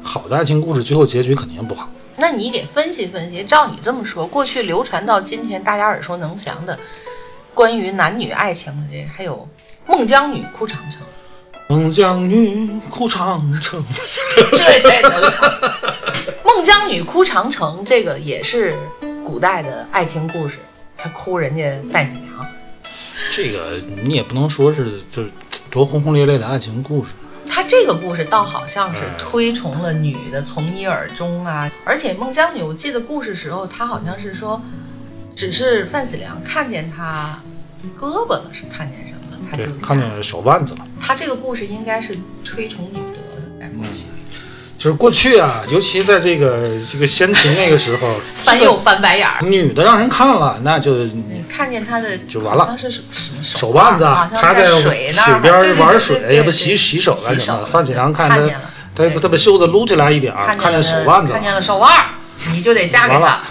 [SPEAKER 3] 好的爱情故事最后结局肯定不好。
[SPEAKER 5] 那你给分析分析，照你这么说，过去流传到今天大家耳熟能详的关于男女爱情的这，还有孟姜女哭长城，
[SPEAKER 3] 孟姜女哭长城，
[SPEAKER 5] 这也太能唱。孟姜女哭长城，这个也是古代的爱情故事，她哭人家范喜良，
[SPEAKER 3] 这个你也不能说是就是多轰轰烈烈的爱情故事。
[SPEAKER 5] 她这个故事倒好像是
[SPEAKER 3] 嗯
[SPEAKER 5] 推崇了女的从一而终啊，而且孟姜女，我记得故事时候，她好像是说，只是范喜良看见她胳膊了，是看见什么了，她就
[SPEAKER 3] 对，看见手腕子了。
[SPEAKER 5] 他这个故事应该是推崇女德的，在
[SPEAKER 3] 嗯
[SPEAKER 5] 过去
[SPEAKER 3] 就是过去啊，尤其在这个这个先秦那个时候，这
[SPEAKER 5] 翻又
[SPEAKER 3] 个
[SPEAKER 5] 翻白眼儿。
[SPEAKER 3] 女的让人看了，那就
[SPEAKER 5] 你看见他的
[SPEAKER 3] 就完了
[SPEAKER 5] 好像是什么
[SPEAKER 3] 手
[SPEAKER 5] 手
[SPEAKER 3] 腕子
[SPEAKER 5] 啊
[SPEAKER 3] 啊，
[SPEAKER 5] 好像
[SPEAKER 3] 他在
[SPEAKER 5] 水那儿
[SPEAKER 3] 边
[SPEAKER 5] 对对对
[SPEAKER 3] 玩
[SPEAKER 5] 对
[SPEAKER 3] 水，
[SPEAKER 5] 对
[SPEAKER 3] 也不
[SPEAKER 5] 对
[SPEAKER 3] 洗洗手干啊
[SPEAKER 5] 洗
[SPEAKER 3] 什么
[SPEAKER 5] 手
[SPEAKER 3] 的。范启良
[SPEAKER 5] 看
[SPEAKER 3] 看他
[SPEAKER 5] 见了
[SPEAKER 3] 他
[SPEAKER 5] 对
[SPEAKER 3] 他把袖子撸起来一点儿，
[SPEAKER 5] 看
[SPEAKER 3] 看见
[SPEAKER 5] 了
[SPEAKER 3] 手腕子啊
[SPEAKER 5] 看，见了嗯手腕儿，你就得嫁给
[SPEAKER 3] 完
[SPEAKER 5] 他
[SPEAKER 3] 了。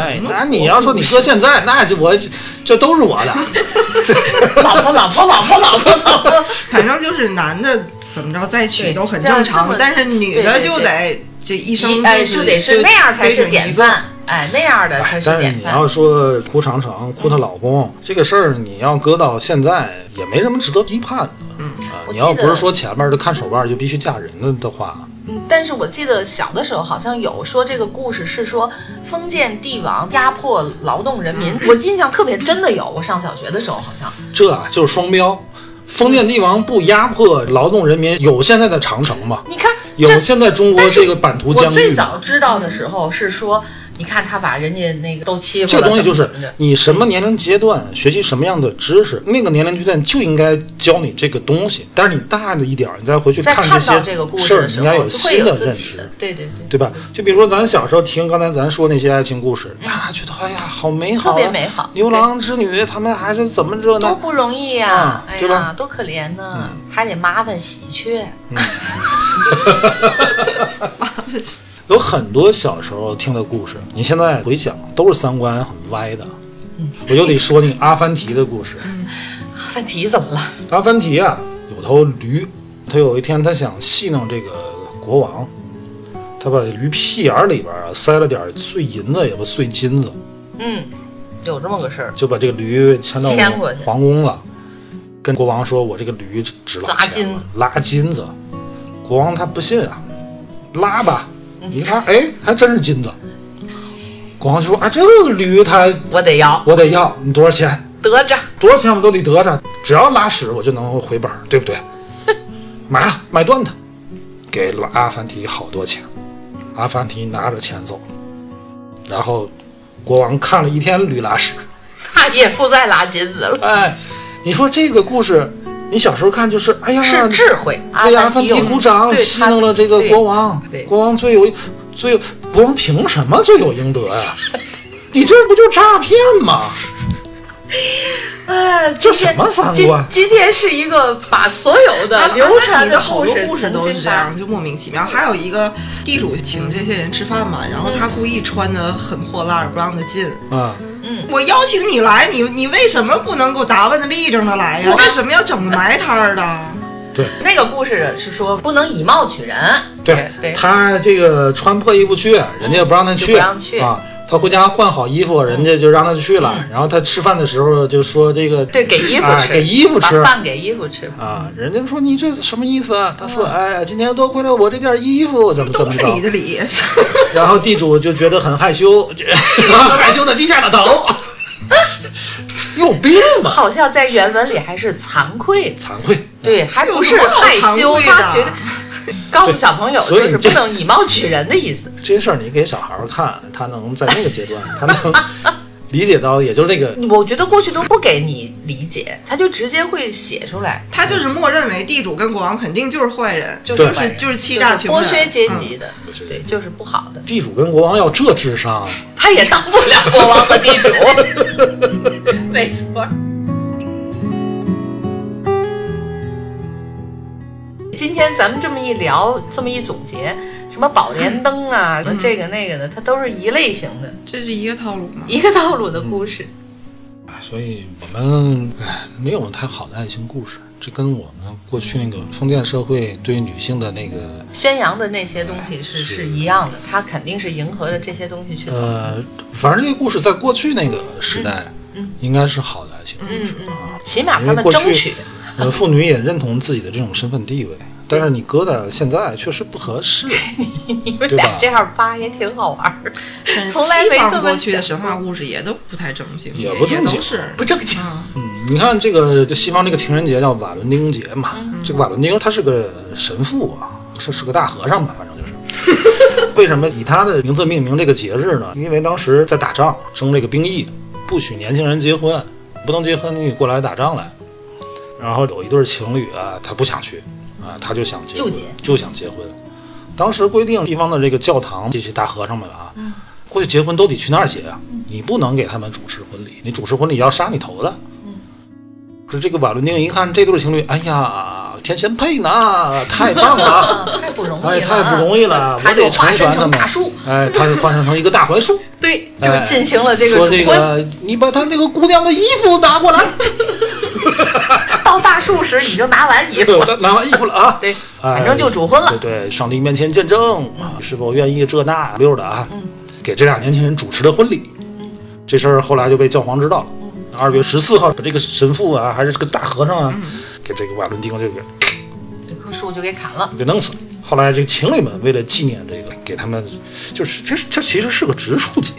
[SPEAKER 3] 哎，那你要说你搁现在，那就我这都是我的，
[SPEAKER 5] 老婆，老婆，老婆，老婆，老婆。
[SPEAKER 4] 反正就是男的怎么着再娶
[SPEAKER 5] 对
[SPEAKER 4] 都很
[SPEAKER 5] 这样
[SPEAKER 4] 正
[SPEAKER 5] 这
[SPEAKER 4] 常
[SPEAKER 5] 么，
[SPEAKER 4] 但是女
[SPEAKER 5] 对
[SPEAKER 4] 的
[SPEAKER 5] 对
[SPEAKER 4] 就
[SPEAKER 5] 对
[SPEAKER 4] 得这一生
[SPEAKER 5] 一哎，
[SPEAKER 4] 是
[SPEAKER 5] 就得是那样才是典
[SPEAKER 4] 范。
[SPEAKER 5] 范，哎，那样的才是
[SPEAKER 3] 但是
[SPEAKER 5] 典
[SPEAKER 3] 你
[SPEAKER 5] 范
[SPEAKER 3] 要。说哭长城、哭她老公这个事儿，你要搁到现在也没什么值得批判的。嗯啊，
[SPEAKER 5] 我
[SPEAKER 3] 你要
[SPEAKER 5] 记
[SPEAKER 3] 不是
[SPEAKER 5] 得
[SPEAKER 3] 说前面的看手腕就必须嫁人了的话，
[SPEAKER 5] 嗯，但是我记得小的时候好像有说这个故事是说封建帝王压迫劳动人民，
[SPEAKER 3] 嗯
[SPEAKER 5] 我印象特别真的有，我上小学的时候好像
[SPEAKER 3] 这啊就是双标。封建帝王不压迫劳动人民，有现在的长城吗？
[SPEAKER 5] 你看这
[SPEAKER 3] 有现在中国这个版图
[SPEAKER 5] 我
[SPEAKER 3] 疆
[SPEAKER 5] 最
[SPEAKER 3] 域吗？
[SPEAKER 5] 早知道的时候是说，你看他把人家那个都欺负
[SPEAKER 3] 这
[SPEAKER 5] 了，
[SPEAKER 3] 东西就
[SPEAKER 5] 怎
[SPEAKER 3] 是
[SPEAKER 5] 么着
[SPEAKER 3] 你什么年龄阶段学习什么样的知识，那个年龄阶段就应该教你这个东西。但是你大了一点儿，你再回去
[SPEAKER 5] 在
[SPEAKER 3] 看
[SPEAKER 5] 看到
[SPEAKER 3] 些
[SPEAKER 5] 这个故
[SPEAKER 3] 事
[SPEAKER 5] 事
[SPEAKER 3] 儿，
[SPEAKER 5] 的
[SPEAKER 3] 你
[SPEAKER 5] 时
[SPEAKER 3] 应
[SPEAKER 5] 候，
[SPEAKER 3] 该
[SPEAKER 5] 就会
[SPEAKER 3] 新
[SPEAKER 5] 有
[SPEAKER 3] 的
[SPEAKER 5] 自
[SPEAKER 3] 认
[SPEAKER 5] 己
[SPEAKER 3] 识
[SPEAKER 5] 的，，对对对，
[SPEAKER 3] 对吧？就比如说咱小时候听刚才咱说那些爱情故事，啊，觉得哎呀好美好啊，
[SPEAKER 5] 嗯特别美好
[SPEAKER 3] 牛郎织女他们还是怎么着
[SPEAKER 5] 多
[SPEAKER 3] 呢？
[SPEAKER 5] 不容易呀、
[SPEAKER 3] 啊
[SPEAKER 5] 哎
[SPEAKER 3] 对
[SPEAKER 5] 呀
[SPEAKER 3] 吧，嗯
[SPEAKER 5] 多可怜呢、还得麻烦喜鹊。
[SPEAKER 3] 有很多小时候听的故事，你现在回想都是三观很歪的。
[SPEAKER 5] 嗯
[SPEAKER 3] 我就得说那个阿凡提的故事。
[SPEAKER 5] 范提怎么了？
[SPEAKER 3] 阿凡提啊，有头驴，他有一天他想戏弄这个国王，他把驴屁眼儿里边啊塞了点儿碎银子，也不碎金子，
[SPEAKER 5] 嗯，有这么个事儿，
[SPEAKER 3] 就把这个驴牵到
[SPEAKER 5] 牵过去
[SPEAKER 3] 皇宫了，跟国王说：“我这个驴值老
[SPEAKER 5] 拉
[SPEAKER 3] 钱
[SPEAKER 5] 金
[SPEAKER 3] 了
[SPEAKER 5] 子，
[SPEAKER 3] 拉金子。”国王他不信啊，拉吧，
[SPEAKER 5] 嗯
[SPEAKER 3] 你看，哎，还真是金子。国王就说：“啊，这个驴它
[SPEAKER 5] 我得要
[SPEAKER 3] 我得要，你多少钱？”
[SPEAKER 5] 得着。
[SPEAKER 3] 多少钱我都得得着，只要拉屎我就能回本儿，对 不对？买了，买断它，给了阿凡提好多钱。阿凡提拿着钱走了，然后国王看了一天驴拉屎。
[SPEAKER 5] 他也不再拉金子了，
[SPEAKER 3] 哎，你说这个故事，你小时候看就是，哎呀，
[SPEAKER 5] 是智慧。啊
[SPEAKER 3] 为阿凡
[SPEAKER 5] 有
[SPEAKER 3] 提鼓掌，
[SPEAKER 5] 对
[SPEAKER 3] 戏弄了这个国。王
[SPEAKER 5] 对对，
[SPEAKER 3] 国王罪有罪有，国王凭什么罪有应得呀、 你这不就诈骗吗？
[SPEAKER 5] 他哎，
[SPEAKER 3] 这
[SPEAKER 5] 今天
[SPEAKER 3] 什么三
[SPEAKER 5] 今
[SPEAKER 3] 观
[SPEAKER 5] 今天是一个把所有啊的流传
[SPEAKER 4] 你的好多
[SPEAKER 5] 故
[SPEAKER 4] 故事都
[SPEAKER 5] 重
[SPEAKER 4] 是
[SPEAKER 5] 新
[SPEAKER 4] 这
[SPEAKER 5] 发
[SPEAKER 4] 样，就莫名其妙。还有一个地主请这些人吃饭嘛，然后
[SPEAKER 5] 嗯
[SPEAKER 4] 他故意穿的很破烂，不让他进。
[SPEAKER 3] 啊、
[SPEAKER 4] 我邀请你来，你你为什么不能给我打扮的立正的来呀？为什么要整的埋摊儿的？
[SPEAKER 3] 对。
[SPEAKER 5] 那个故事是说不能以貌取人，
[SPEAKER 3] 对
[SPEAKER 5] 对，
[SPEAKER 3] 他这个穿破衣服去，人家也不让他去，
[SPEAKER 5] 就不让去嗯
[SPEAKER 3] 啊。他回家换好衣服，人家就让他去了。然后他吃饭的时候就说这个，
[SPEAKER 5] 对，给衣服
[SPEAKER 3] 哎
[SPEAKER 5] 吃，
[SPEAKER 3] 给衣服吃
[SPEAKER 5] 把饭给衣服吃。
[SPEAKER 3] 啊。人家说你这是什么意思啊？他说，哎呀，今天多亏了我这件衣服，怎么怎
[SPEAKER 4] 都
[SPEAKER 3] 么
[SPEAKER 4] 是
[SPEAKER 3] 着
[SPEAKER 4] 你。的礼，
[SPEAKER 3] 然后地主就觉得很害 羞，就然后害羞的低下了头。 你有病吧？
[SPEAKER 5] 好像在原文里还是惭愧，
[SPEAKER 3] 惭愧。
[SPEAKER 5] 对，还不是
[SPEAKER 4] 有什么好
[SPEAKER 5] 害
[SPEAKER 4] 惭
[SPEAKER 5] 羞，
[SPEAKER 4] 愧的
[SPEAKER 5] 他觉得 告诉小朋友
[SPEAKER 3] 所以
[SPEAKER 5] 就是
[SPEAKER 3] 这
[SPEAKER 5] 不能以貌取人的意思。
[SPEAKER 3] 这些事儿你给小孩儿看，他能在那个阶 段，他能理解到，也就是那个
[SPEAKER 5] 我觉得过去都不给你理解，他就直接会写出来，
[SPEAKER 4] 他就是默认为地主跟国王肯定就是坏人，
[SPEAKER 5] 就
[SPEAKER 4] 就是是
[SPEAKER 5] 坏人
[SPEAKER 4] 就是欺
[SPEAKER 5] 就
[SPEAKER 4] 诈
[SPEAKER 5] 是
[SPEAKER 4] 穷
[SPEAKER 5] 剥
[SPEAKER 4] 人，
[SPEAKER 5] 削阶
[SPEAKER 4] 嗯
[SPEAKER 5] 级的，对，就是不好的。
[SPEAKER 3] 地主跟国王要这智商。
[SPEAKER 5] 他也当不了国王和地 主，没错儿。今天咱们这么一聊，这么一总结，什么宝莲灯
[SPEAKER 3] 嗯
[SPEAKER 5] 啊，什么这个那个的，它都是一类型的，
[SPEAKER 4] 这是一个套
[SPEAKER 3] 嗯
[SPEAKER 4] 路嘛。
[SPEAKER 5] 一个道路的故事。
[SPEAKER 3] 所以我们唉没有太好的爱情故事，这跟我们过去那个封建社会对女性的那个
[SPEAKER 5] 宣扬的那些东西是
[SPEAKER 3] 是
[SPEAKER 5] 是一样的，它肯定是迎合着这些东西去走。
[SPEAKER 3] 呃，反正这些故事在过去那个时代，应该是好的爱情故
[SPEAKER 5] 嗯
[SPEAKER 3] 事。
[SPEAKER 5] 嗯，起码
[SPEAKER 3] 因
[SPEAKER 5] 他
[SPEAKER 3] 为
[SPEAKER 5] 们
[SPEAKER 3] 过
[SPEAKER 5] 争
[SPEAKER 3] 去
[SPEAKER 5] 取。，
[SPEAKER 3] 呃，妇女也认同自己的这种身份地位，但是你搁在现在确实不合适。
[SPEAKER 5] 你们
[SPEAKER 3] 对
[SPEAKER 5] 俩
[SPEAKER 3] 吧
[SPEAKER 5] 这样扒也挺好玩儿，
[SPEAKER 4] 但是
[SPEAKER 5] 从来没这
[SPEAKER 4] 西方
[SPEAKER 5] 么
[SPEAKER 4] 过去的
[SPEAKER 5] 想
[SPEAKER 4] 神话故事也都不太正经，
[SPEAKER 3] 也
[SPEAKER 4] 也
[SPEAKER 3] 不正经
[SPEAKER 4] 都是
[SPEAKER 5] 不正经。
[SPEAKER 3] 嗯，你看这个就西方这个情人节叫瓦伦丁节嘛，这个瓦伦丁他是个神父啊，是是个大和尚吧， 反正就是。为什么以他的名字命名这个节日呢？因为当时在打仗，征这个兵役，不许年轻人结婚，不能结婚你过来打仗来。然后有一对情侣啊，他不想去，啊，他就想结婚
[SPEAKER 5] 就结，
[SPEAKER 3] 就想结婚。当时规定地方的这个教堂，这些大和尚们啊，过去结婚都得去那儿结啊，你不能给他们主持婚礼，
[SPEAKER 5] 嗯
[SPEAKER 3] 你主持婚礼要杀你头的。可是这个瓦伦丁一看这对情侣，哎呀，天仙配呢，太棒了，
[SPEAKER 5] 啊，太不容易了，
[SPEAKER 3] 哎，太不容易了，
[SPEAKER 5] 他
[SPEAKER 3] 我
[SPEAKER 5] 就
[SPEAKER 3] 得
[SPEAKER 5] 化
[SPEAKER 3] 成
[SPEAKER 5] 身
[SPEAKER 3] 全他
[SPEAKER 5] 成
[SPEAKER 3] 们
[SPEAKER 5] 大树，。
[SPEAKER 3] 哎，他是化身成一个大槐树，
[SPEAKER 5] 对，就
[SPEAKER 3] 哎
[SPEAKER 5] 进行 了这个
[SPEAKER 3] 说
[SPEAKER 5] 主
[SPEAKER 3] 这
[SPEAKER 5] 婚。
[SPEAKER 3] 个，你把他那个姑娘的衣服拿过来，
[SPEAKER 5] 到大树时已经拿完衣服
[SPEAKER 3] 我
[SPEAKER 5] 了，
[SPEAKER 3] 都拿完衣服了啊，
[SPEAKER 5] 对，
[SPEAKER 3] 哎
[SPEAKER 5] 反正就主婚了
[SPEAKER 3] 对。对，上帝面前见证啊，是否愿意这那溜的啊？
[SPEAKER 5] 嗯
[SPEAKER 3] 给这俩年轻人主持的婚礼，这事儿后来就被教皇知道了。
[SPEAKER 5] 嗯
[SPEAKER 3] 二月十四号，把这个神父啊，还是这个大和尚啊，给这个瓦伦丁就给
[SPEAKER 5] 这棵树就给砍了，
[SPEAKER 3] 给弄死了。后来这个情侣们为了纪念这个，给他们就是这这其实是个植树节，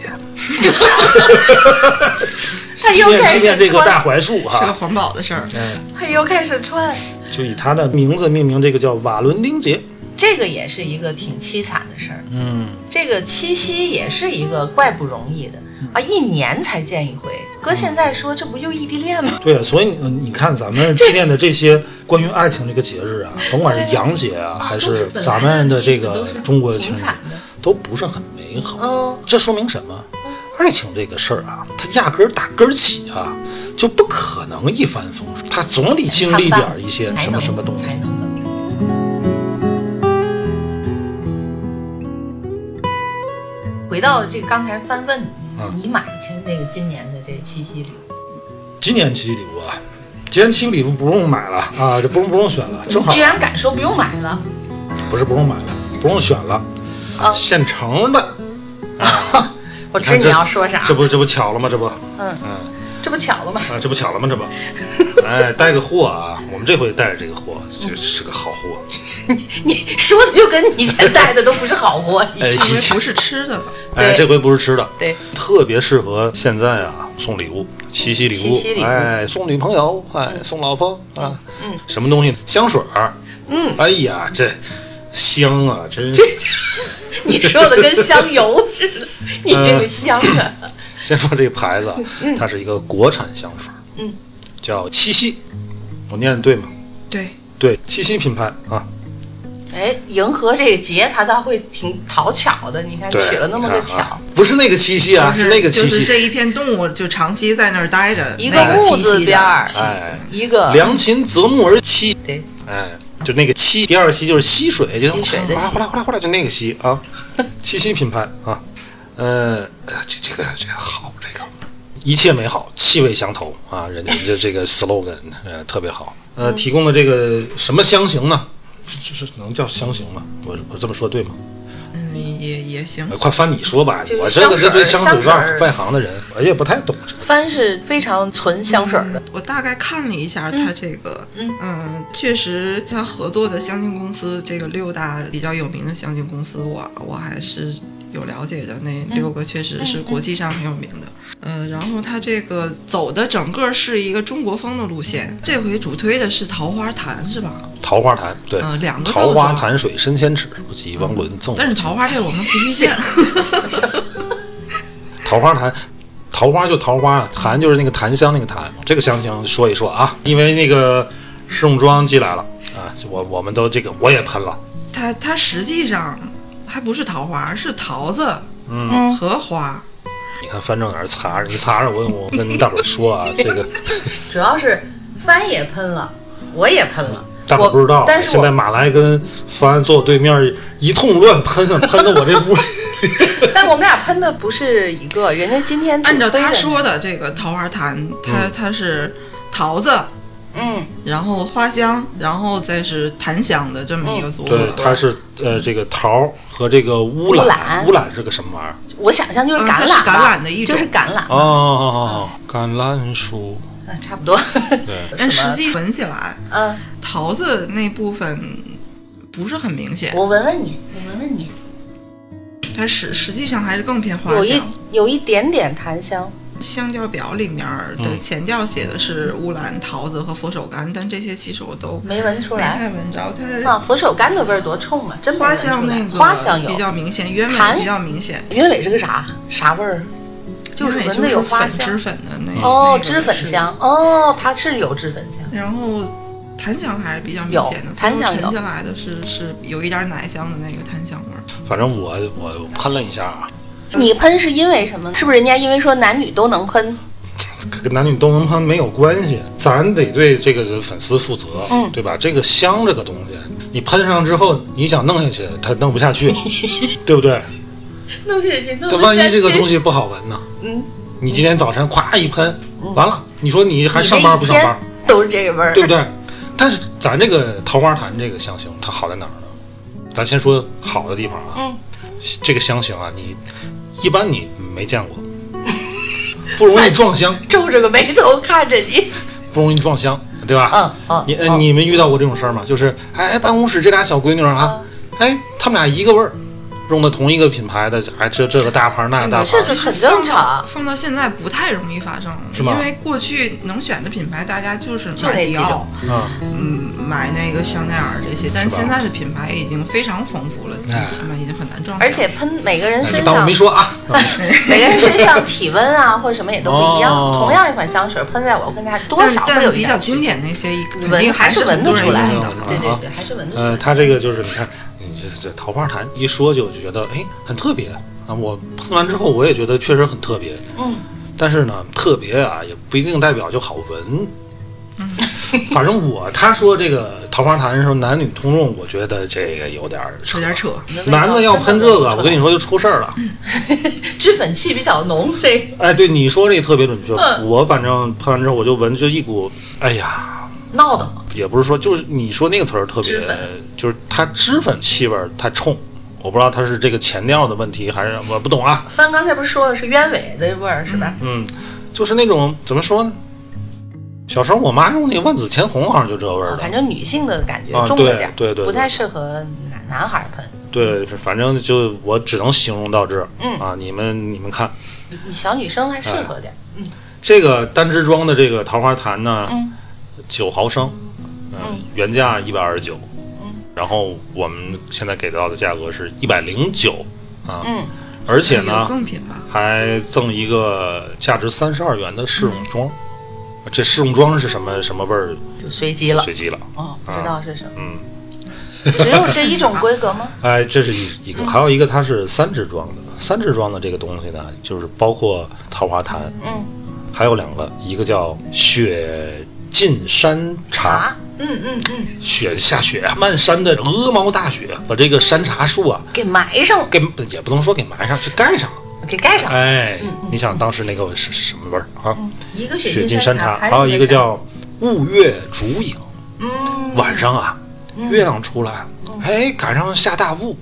[SPEAKER 5] 他
[SPEAKER 3] 纪
[SPEAKER 5] 又
[SPEAKER 3] 念
[SPEAKER 5] 开
[SPEAKER 3] 纪念
[SPEAKER 5] 始
[SPEAKER 3] 这个大
[SPEAKER 5] 穿，
[SPEAKER 3] 槐树
[SPEAKER 4] 是个
[SPEAKER 3] 哈、
[SPEAKER 4] 环保的事儿。
[SPEAKER 3] 嗯，
[SPEAKER 5] 他又开始穿，
[SPEAKER 3] 就以他的名字命名这个叫瓦伦丁节。
[SPEAKER 5] 这个也是一个挺凄惨的事儿。
[SPEAKER 3] 嗯，
[SPEAKER 5] 这个七夕也是一个怪不容易的
[SPEAKER 3] 嗯
[SPEAKER 5] 啊，一年才见一回。搁现在说，这不就异地恋吗？
[SPEAKER 3] 对啊，所以你你看咱们纪念的这些关于爱情这个节日 啊，甭管是洋节啊，还
[SPEAKER 5] 都
[SPEAKER 3] 是
[SPEAKER 5] 本来
[SPEAKER 3] 咱们的这
[SPEAKER 5] 意思都
[SPEAKER 3] 个
[SPEAKER 5] 是
[SPEAKER 3] 中国的情
[SPEAKER 5] 挺
[SPEAKER 3] 人节
[SPEAKER 5] 惨，的。
[SPEAKER 3] 都不是很美好。
[SPEAKER 5] 嗯，
[SPEAKER 3] 这说明什么？爱情这个事儿啊，它压根儿打根儿起啊，就不可能一帆风顺，它总得经历点儿一些
[SPEAKER 5] 才
[SPEAKER 3] 什么
[SPEAKER 5] 能
[SPEAKER 3] 什么东西。
[SPEAKER 5] 才能怎么着？回到这刚才翻问
[SPEAKER 3] 嗯
[SPEAKER 5] 你买前那个今年的这七夕礼物，
[SPEAKER 3] 今年七夕礼物啊，今年七夕礼物不用买了啊，这不用不用选了，正好
[SPEAKER 5] 居然敢说不用买了，
[SPEAKER 3] 不是不用买了，不用选了，
[SPEAKER 5] 啊
[SPEAKER 3] 现成的。
[SPEAKER 5] 我知你要说啥，
[SPEAKER 3] 这不这不巧了吗？这不。
[SPEAKER 5] 这不巧了吗？
[SPEAKER 3] 啊，这不巧了吗？这不，哎，带个货啊！我们这回带着这个货，这是个好货。
[SPEAKER 5] 你说的就跟你以前带的都不是好货，你
[SPEAKER 3] 哎
[SPEAKER 5] 知
[SPEAKER 4] 这
[SPEAKER 5] 道吗
[SPEAKER 4] 回不是吃的了，
[SPEAKER 3] 哎，
[SPEAKER 5] 对
[SPEAKER 3] 这回不是吃的，
[SPEAKER 5] 对，
[SPEAKER 3] 特别适合现在啊，送礼物，七夕礼物，
[SPEAKER 5] 七夕礼物
[SPEAKER 3] 哎，送女朋友，哎，送老婆啊，嗯，什么东西？香水儿，嗯，哎呀，这香啊，真 是。
[SPEAKER 5] 你说的跟香油似的，你这个
[SPEAKER 3] 嗯
[SPEAKER 5] 香啊，
[SPEAKER 3] 先说这个牌子啊，它是一个国产香水，
[SPEAKER 5] 嗯，
[SPEAKER 3] 叫七夕，我念的对吗？
[SPEAKER 4] 对，
[SPEAKER 3] 对，七夕品牌啊，
[SPEAKER 5] 哎，迎合这个节，他倒会挺讨巧的。你看
[SPEAKER 3] 对，
[SPEAKER 5] 取了那么个
[SPEAKER 3] 你看啊
[SPEAKER 5] 巧，，
[SPEAKER 3] 不是那个七夕啊，
[SPEAKER 4] 就是
[SPEAKER 3] 那个七
[SPEAKER 4] 就是
[SPEAKER 3] 夕，
[SPEAKER 4] 这一片动物就长期在那儿待着，
[SPEAKER 5] 一个
[SPEAKER 4] 那
[SPEAKER 5] 木
[SPEAKER 4] 栖
[SPEAKER 5] 字
[SPEAKER 4] 息的
[SPEAKER 5] 边儿
[SPEAKER 4] 栖
[SPEAKER 3] 哎，
[SPEAKER 5] 一个
[SPEAKER 3] 良禽择木而栖，
[SPEAKER 5] 啊对，
[SPEAKER 3] 哎，就那个栖，第二栖就是溪水，就
[SPEAKER 5] 溪水的溪
[SPEAKER 3] 哗啦哗啦哗啦，就那个溪啊， 七夕品牌啊，呃，哎呀这这个这个好，这个一切美好，气味相投啊，人家这这个 slogan 呃特别好，呃，提供的这个什么香型呢？这这这能叫香型吗？我我这么说对吗？
[SPEAKER 4] 嗯，也也行
[SPEAKER 3] 哎。快翻你说吧
[SPEAKER 5] 就，是
[SPEAKER 3] 我这个
[SPEAKER 5] 香水
[SPEAKER 3] 这
[SPEAKER 5] 儿
[SPEAKER 3] 对香水
[SPEAKER 5] 香水儿
[SPEAKER 3] 外外行的人，我也不太懂这个。
[SPEAKER 5] 帆是非常纯香水
[SPEAKER 3] 嗯
[SPEAKER 5] 的，
[SPEAKER 4] 我大概看了一下它这个，
[SPEAKER 5] 嗯
[SPEAKER 4] 嗯，确实它合作的香精公司，这个六大比较有名的香精公司，我我还是有了解的。那
[SPEAKER 5] 嗯
[SPEAKER 4] 六个确实是国际上很有名的。嗯，然后它这个走的整个是一个中国风的路线，这回主推的是桃花潭，是吧？
[SPEAKER 3] 桃花潭，对，
[SPEAKER 5] 呃
[SPEAKER 4] 嗯两个
[SPEAKER 3] 桃
[SPEAKER 4] 倒
[SPEAKER 3] 花
[SPEAKER 4] 装
[SPEAKER 3] 潭水深千尺，不及
[SPEAKER 5] 嗯
[SPEAKER 3] 汪伦赠我
[SPEAKER 4] 但是桃花这我们不推荐。
[SPEAKER 3] 桃花潭，桃花就桃花，檀就是那个檀香那个檀。这个详情说一说啊，因为那个试用装寄来了啊，我我们都这个我也喷了，
[SPEAKER 4] 它它实际上还不是桃花，是桃子
[SPEAKER 5] 嗯
[SPEAKER 4] 和花。
[SPEAKER 3] 你看翻正哪儿擦着，你擦着我我跟大伙儿说啊，这个
[SPEAKER 5] 主要是帆也喷了，我也喷了，
[SPEAKER 3] 大伙
[SPEAKER 5] 我
[SPEAKER 3] 儿不知道，啊
[SPEAKER 5] 但是
[SPEAKER 3] 现在
[SPEAKER 5] 我
[SPEAKER 3] 马来跟帆坐我对面一通乱喷啊，喷的我这屋里。
[SPEAKER 5] 但我们俩喷的不是一个，人家今天主
[SPEAKER 4] 按照
[SPEAKER 5] 推
[SPEAKER 4] 他
[SPEAKER 5] 的
[SPEAKER 4] 说的这个桃花潭，它它是桃子，
[SPEAKER 5] 嗯，
[SPEAKER 4] 然后花香，然后再是檀香的这么一个组合。
[SPEAKER 3] 嗯对，它是呃这个桃儿和这个乌
[SPEAKER 5] 乌
[SPEAKER 3] 兰，
[SPEAKER 5] 兰
[SPEAKER 3] 乌兰是个什么玩意儿？
[SPEAKER 5] 我想象就是
[SPEAKER 4] 嗯
[SPEAKER 5] 橄榄
[SPEAKER 4] 它是
[SPEAKER 5] 吧，
[SPEAKER 4] 橄榄的一种
[SPEAKER 5] 就是橄榄，
[SPEAKER 3] 哦哦哦，橄榄树，
[SPEAKER 5] 嗯差不多。
[SPEAKER 3] 对。
[SPEAKER 4] 但
[SPEAKER 5] 什
[SPEAKER 4] 实
[SPEAKER 5] 么
[SPEAKER 4] 际闻起来，
[SPEAKER 5] 嗯，
[SPEAKER 4] 桃子那部分不是很明显，
[SPEAKER 5] 我闻闻你，我闻闻你，
[SPEAKER 4] 它实实际上还是更偏花
[SPEAKER 5] 有一
[SPEAKER 4] 香。
[SPEAKER 5] 有一点点檀香，
[SPEAKER 4] 香调表里面的前调写的是乌兰、桃子和佛手柑，但这些其实我都
[SPEAKER 5] 没闻出
[SPEAKER 4] 没
[SPEAKER 5] 来。
[SPEAKER 4] 太闻着。它
[SPEAKER 5] 啊，佛手柑的味儿多冲啊！真没
[SPEAKER 4] 花
[SPEAKER 5] 闻出来
[SPEAKER 4] 香那个
[SPEAKER 5] 花香
[SPEAKER 4] 比
[SPEAKER 5] 有，
[SPEAKER 4] 较明显，鸢
[SPEAKER 5] 檀
[SPEAKER 4] 尾比较明显，
[SPEAKER 5] 鸢尾是个啥啥味儿？就是
[SPEAKER 4] 鸢尾
[SPEAKER 5] 闻
[SPEAKER 4] 就
[SPEAKER 5] 的有
[SPEAKER 4] 是
[SPEAKER 5] 花
[SPEAKER 4] 粉
[SPEAKER 5] 香
[SPEAKER 4] 脂。粉的那那
[SPEAKER 5] 哦
[SPEAKER 4] 个，
[SPEAKER 5] 脂粉
[SPEAKER 4] 是
[SPEAKER 5] 香哦，它是有脂粉香，
[SPEAKER 4] 然后檀香还是比较明显的
[SPEAKER 5] 有，檀香有
[SPEAKER 4] 最后沉下来的是是有一点奶香的那个檀香味儿。
[SPEAKER 3] 反正我我喷了一下啊，
[SPEAKER 5] 你喷是因为什么？是不是人家因为说男女都能喷？
[SPEAKER 3] 跟男女斗争它没有关系，咱得对这个人粉丝负责，
[SPEAKER 5] 嗯
[SPEAKER 3] 对吧？这个香这个东西，你喷上之后，你想弄下去，它弄不下 去，对不对？
[SPEAKER 5] 弄下去，弄
[SPEAKER 3] 这
[SPEAKER 5] 不
[SPEAKER 3] 万
[SPEAKER 5] 下
[SPEAKER 3] 一这个
[SPEAKER 5] 去
[SPEAKER 3] 东西不好闻呢？
[SPEAKER 5] 嗯，
[SPEAKER 3] 你今天早晨咵一喷，完了，你说你还上班不上班？
[SPEAKER 5] 你这一天都是这个味儿
[SPEAKER 3] 对。不对？但是咱这个桃花潭这个香型，它好在哪儿呢？咱先说好的地方啊。
[SPEAKER 5] 嗯
[SPEAKER 3] 这个香型啊，你一般你没见过，不容易撞香，
[SPEAKER 5] 皱着个眉头看着你，
[SPEAKER 3] 不容易撞香，对吧？
[SPEAKER 5] 嗯嗯
[SPEAKER 3] 你、
[SPEAKER 5] 嗯
[SPEAKER 3] 你们遇到过这种事儿吗？就是哎，办公室这俩小闺女儿啊，哎，她们俩一个味儿，用的同一个品牌的，哎，这这个大牌儿那个大牌
[SPEAKER 5] 这
[SPEAKER 3] 儿，
[SPEAKER 5] 是很
[SPEAKER 4] 其实放
[SPEAKER 5] 正常
[SPEAKER 4] 到放到现在不太容易发生，
[SPEAKER 3] 是吗
[SPEAKER 4] 因为过去能选的品牌，大家就是
[SPEAKER 5] 就那
[SPEAKER 4] 买
[SPEAKER 5] 几
[SPEAKER 4] 迪
[SPEAKER 5] 种
[SPEAKER 4] 奥，
[SPEAKER 3] 嗯，
[SPEAKER 4] 嗯，买那个香奈儿这些，但是
[SPEAKER 3] 是吧
[SPEAKER 4] 现在的品牌已经非常丰富了，
[SPEAKER 3] 哎
[SPEAKER 4] 基本已经很难撞上。
[SPEAKER 5] 而且喷每个人
[SPEAKER 3] 哎这
[SPEAKER 5] 身
[SPEAKER 3] 当我
[SPEAKER 5] 上
[SPEAKER 3] 没，说啊。
[SPEAKER 5] 每个人身 上体温啊或者什么也都不一样。
[SPEAKER 3] 哦
[SPEAKER 5] 同样一款香水喷在我跟他多
[SPEAKER 4] 但
[SPEAKER 5] 少会
[SPEAKER 4] 但
[SPEAKER 5] 有
[SPEAKER 4] 比
[SPEAKER 5] 一
[SPEAKER 4] 较
[SPEAKER 5] 点
[SPEAKER 4] 经典那些，一
[SPEAKER 5] 区别，
[SPEAKER 4] 肯定
[SPEAKER 5] 闻还
[SPEAKER 4] 是
[SPEAKER 5] 闻
[SPEAKER 4] 很
[SPEAKER 5] 得
[SPEAKER 4] 多人
[SPEAKER 5] 出来
[SPEAKER 4] 用的
[SPEAKER 3] 嗯。
[SPEAKER 5] 对对
[SPEAKER 3] 啊
[SPEAKER 5] 对，还是闻得出来。
[SPEAKER 3] 呃，它这个就是你看，你这嗯这桃花潭一说就就觉得哎很特别啊。我喷完之后我也觉得确实很特别，
[SPEAKER 5] 嗯，
[SPEAKER 3] 但是呢，特别啊也不一定代表就好闻。反正我他说这个桃花潭的时候男女通用，我觉得这个有点儿
[SPEAKER 4] 有点扯，
[SPEAKER 3] 男的要喷这个，我跟
[SPEAKER 5] 你
[SPEAKER 3] 你说就出事儿了。
[SPEAKER 5] 脂粉气比较浓，这
[SPEAKER 3] 哎，对你说这特别准确，
[SPEAKER 5] 嗯
[SPEAKER 3] 我反正喷完之后我就闻就一股，哎呀，
[SPEAKER 5] 闹的
[SPEAKER 3] 也不是说，就是你说那个词儿特别
[SPEAKER 5] 脂粉，
[SPEAKER 3] 就是它脂粉气味儿太冲，我不知道它是这个前调的问题还是我不懂啊。
[SPEAKER 5] 帆刚才不是说的是鸢尾的味儿是吧？啊
[SPEAKER 3] 嗯，就是那种怎么说呢？小时候我妈用那万紫千红好像就这味儿
[SPEAKER 5] 哦反
[SPEAKER 3] 的，
[SPEAKER 5] 正女性的感觉
[SPEAKER 3] 嗯啊
[SPEAKER 5] 重了点儿，
[SPEAKER 3] 对对对
[SPEAKER 5] 不太
[SPEAKER 3] 对
[SPEAKER 5] 适合男男孩儿喷。
[SPEAKER 3] 对，反正就我只能形容到这儿、
[SPEAKER 5] 嗯
[SPEAKER 3] 啊。你们你们看
[SPEAKER 5] 小女生还适
[SPEAKER 3] 哎
[SPEAKER 5] 合点儿，
[SPEAKER 3] 这个单支装的这个桃花潭呢，
[SPEAKER 5] 嗯
[SPEAKER 3] 九毫升，
[SPEAKER 5] 嗯
[SPEAKER 3] 原价一百二十九，
[SPEAKER 5] 嗯
[SPEAKER 3] 然后我们现在给到的价格是一百零九，啊
[SPEAKER 5] 嗯，
[SPEAKER 3] 而且呢
[SPEAKER 4] 有，赠品吧？
[SPEAKER 3] 还赠一个价值三十二元的试用装。这试用装是什么什么味儿？
[SPEAKER 5] 就随机了。
[SPEAKER 3] 随机了。
[SPEAKER 5] 哦，不知道是什么，
[SPEAKER 3] 嗯，
[SPEAKER 5] 只有这一种规格吗？
[SPEAKER 3] 哎，这是一一个，还有一个它是三支装的。三支装的这个东西呢，就是包括桃花潭，
[SPEAKER 5] 嗯，
[SPEAKER 3] 还有两个，一个叫雪尽山茶，
[SPEAKER 5] 啊，嗯嗯嗯，
[SPEAKER 3] 雪下雪，漫山的鹅毛大雪，把这个山茶树啊，
[SPEAKER 5] 给埋上，
[SPEAKER 3] 给也不能说给埋上，是盖上。
[SPEAKER 5] 给盖上。
[SPEAKER 3] 哎，你想当时那个是是什么味儿啊？
[SPEAKER 5] 一个
[SPEAKER 3] 雪
[SPEAKER 5] 尽
[SPEAKER 3] 尽山
[SPEAKER 5] 茶，
[SPEAKER 3] 茶，
[SPEAKER 5] 还
[SPEAKER 3] 还有一个
[SPEAKER 5] 啥
[SPEAKER 3] 叫雾月烛影。
[SPEAKER 5] 嗯
[SPEAKER 3] 晚上啊，月亮出来，哎，赶上下大雾，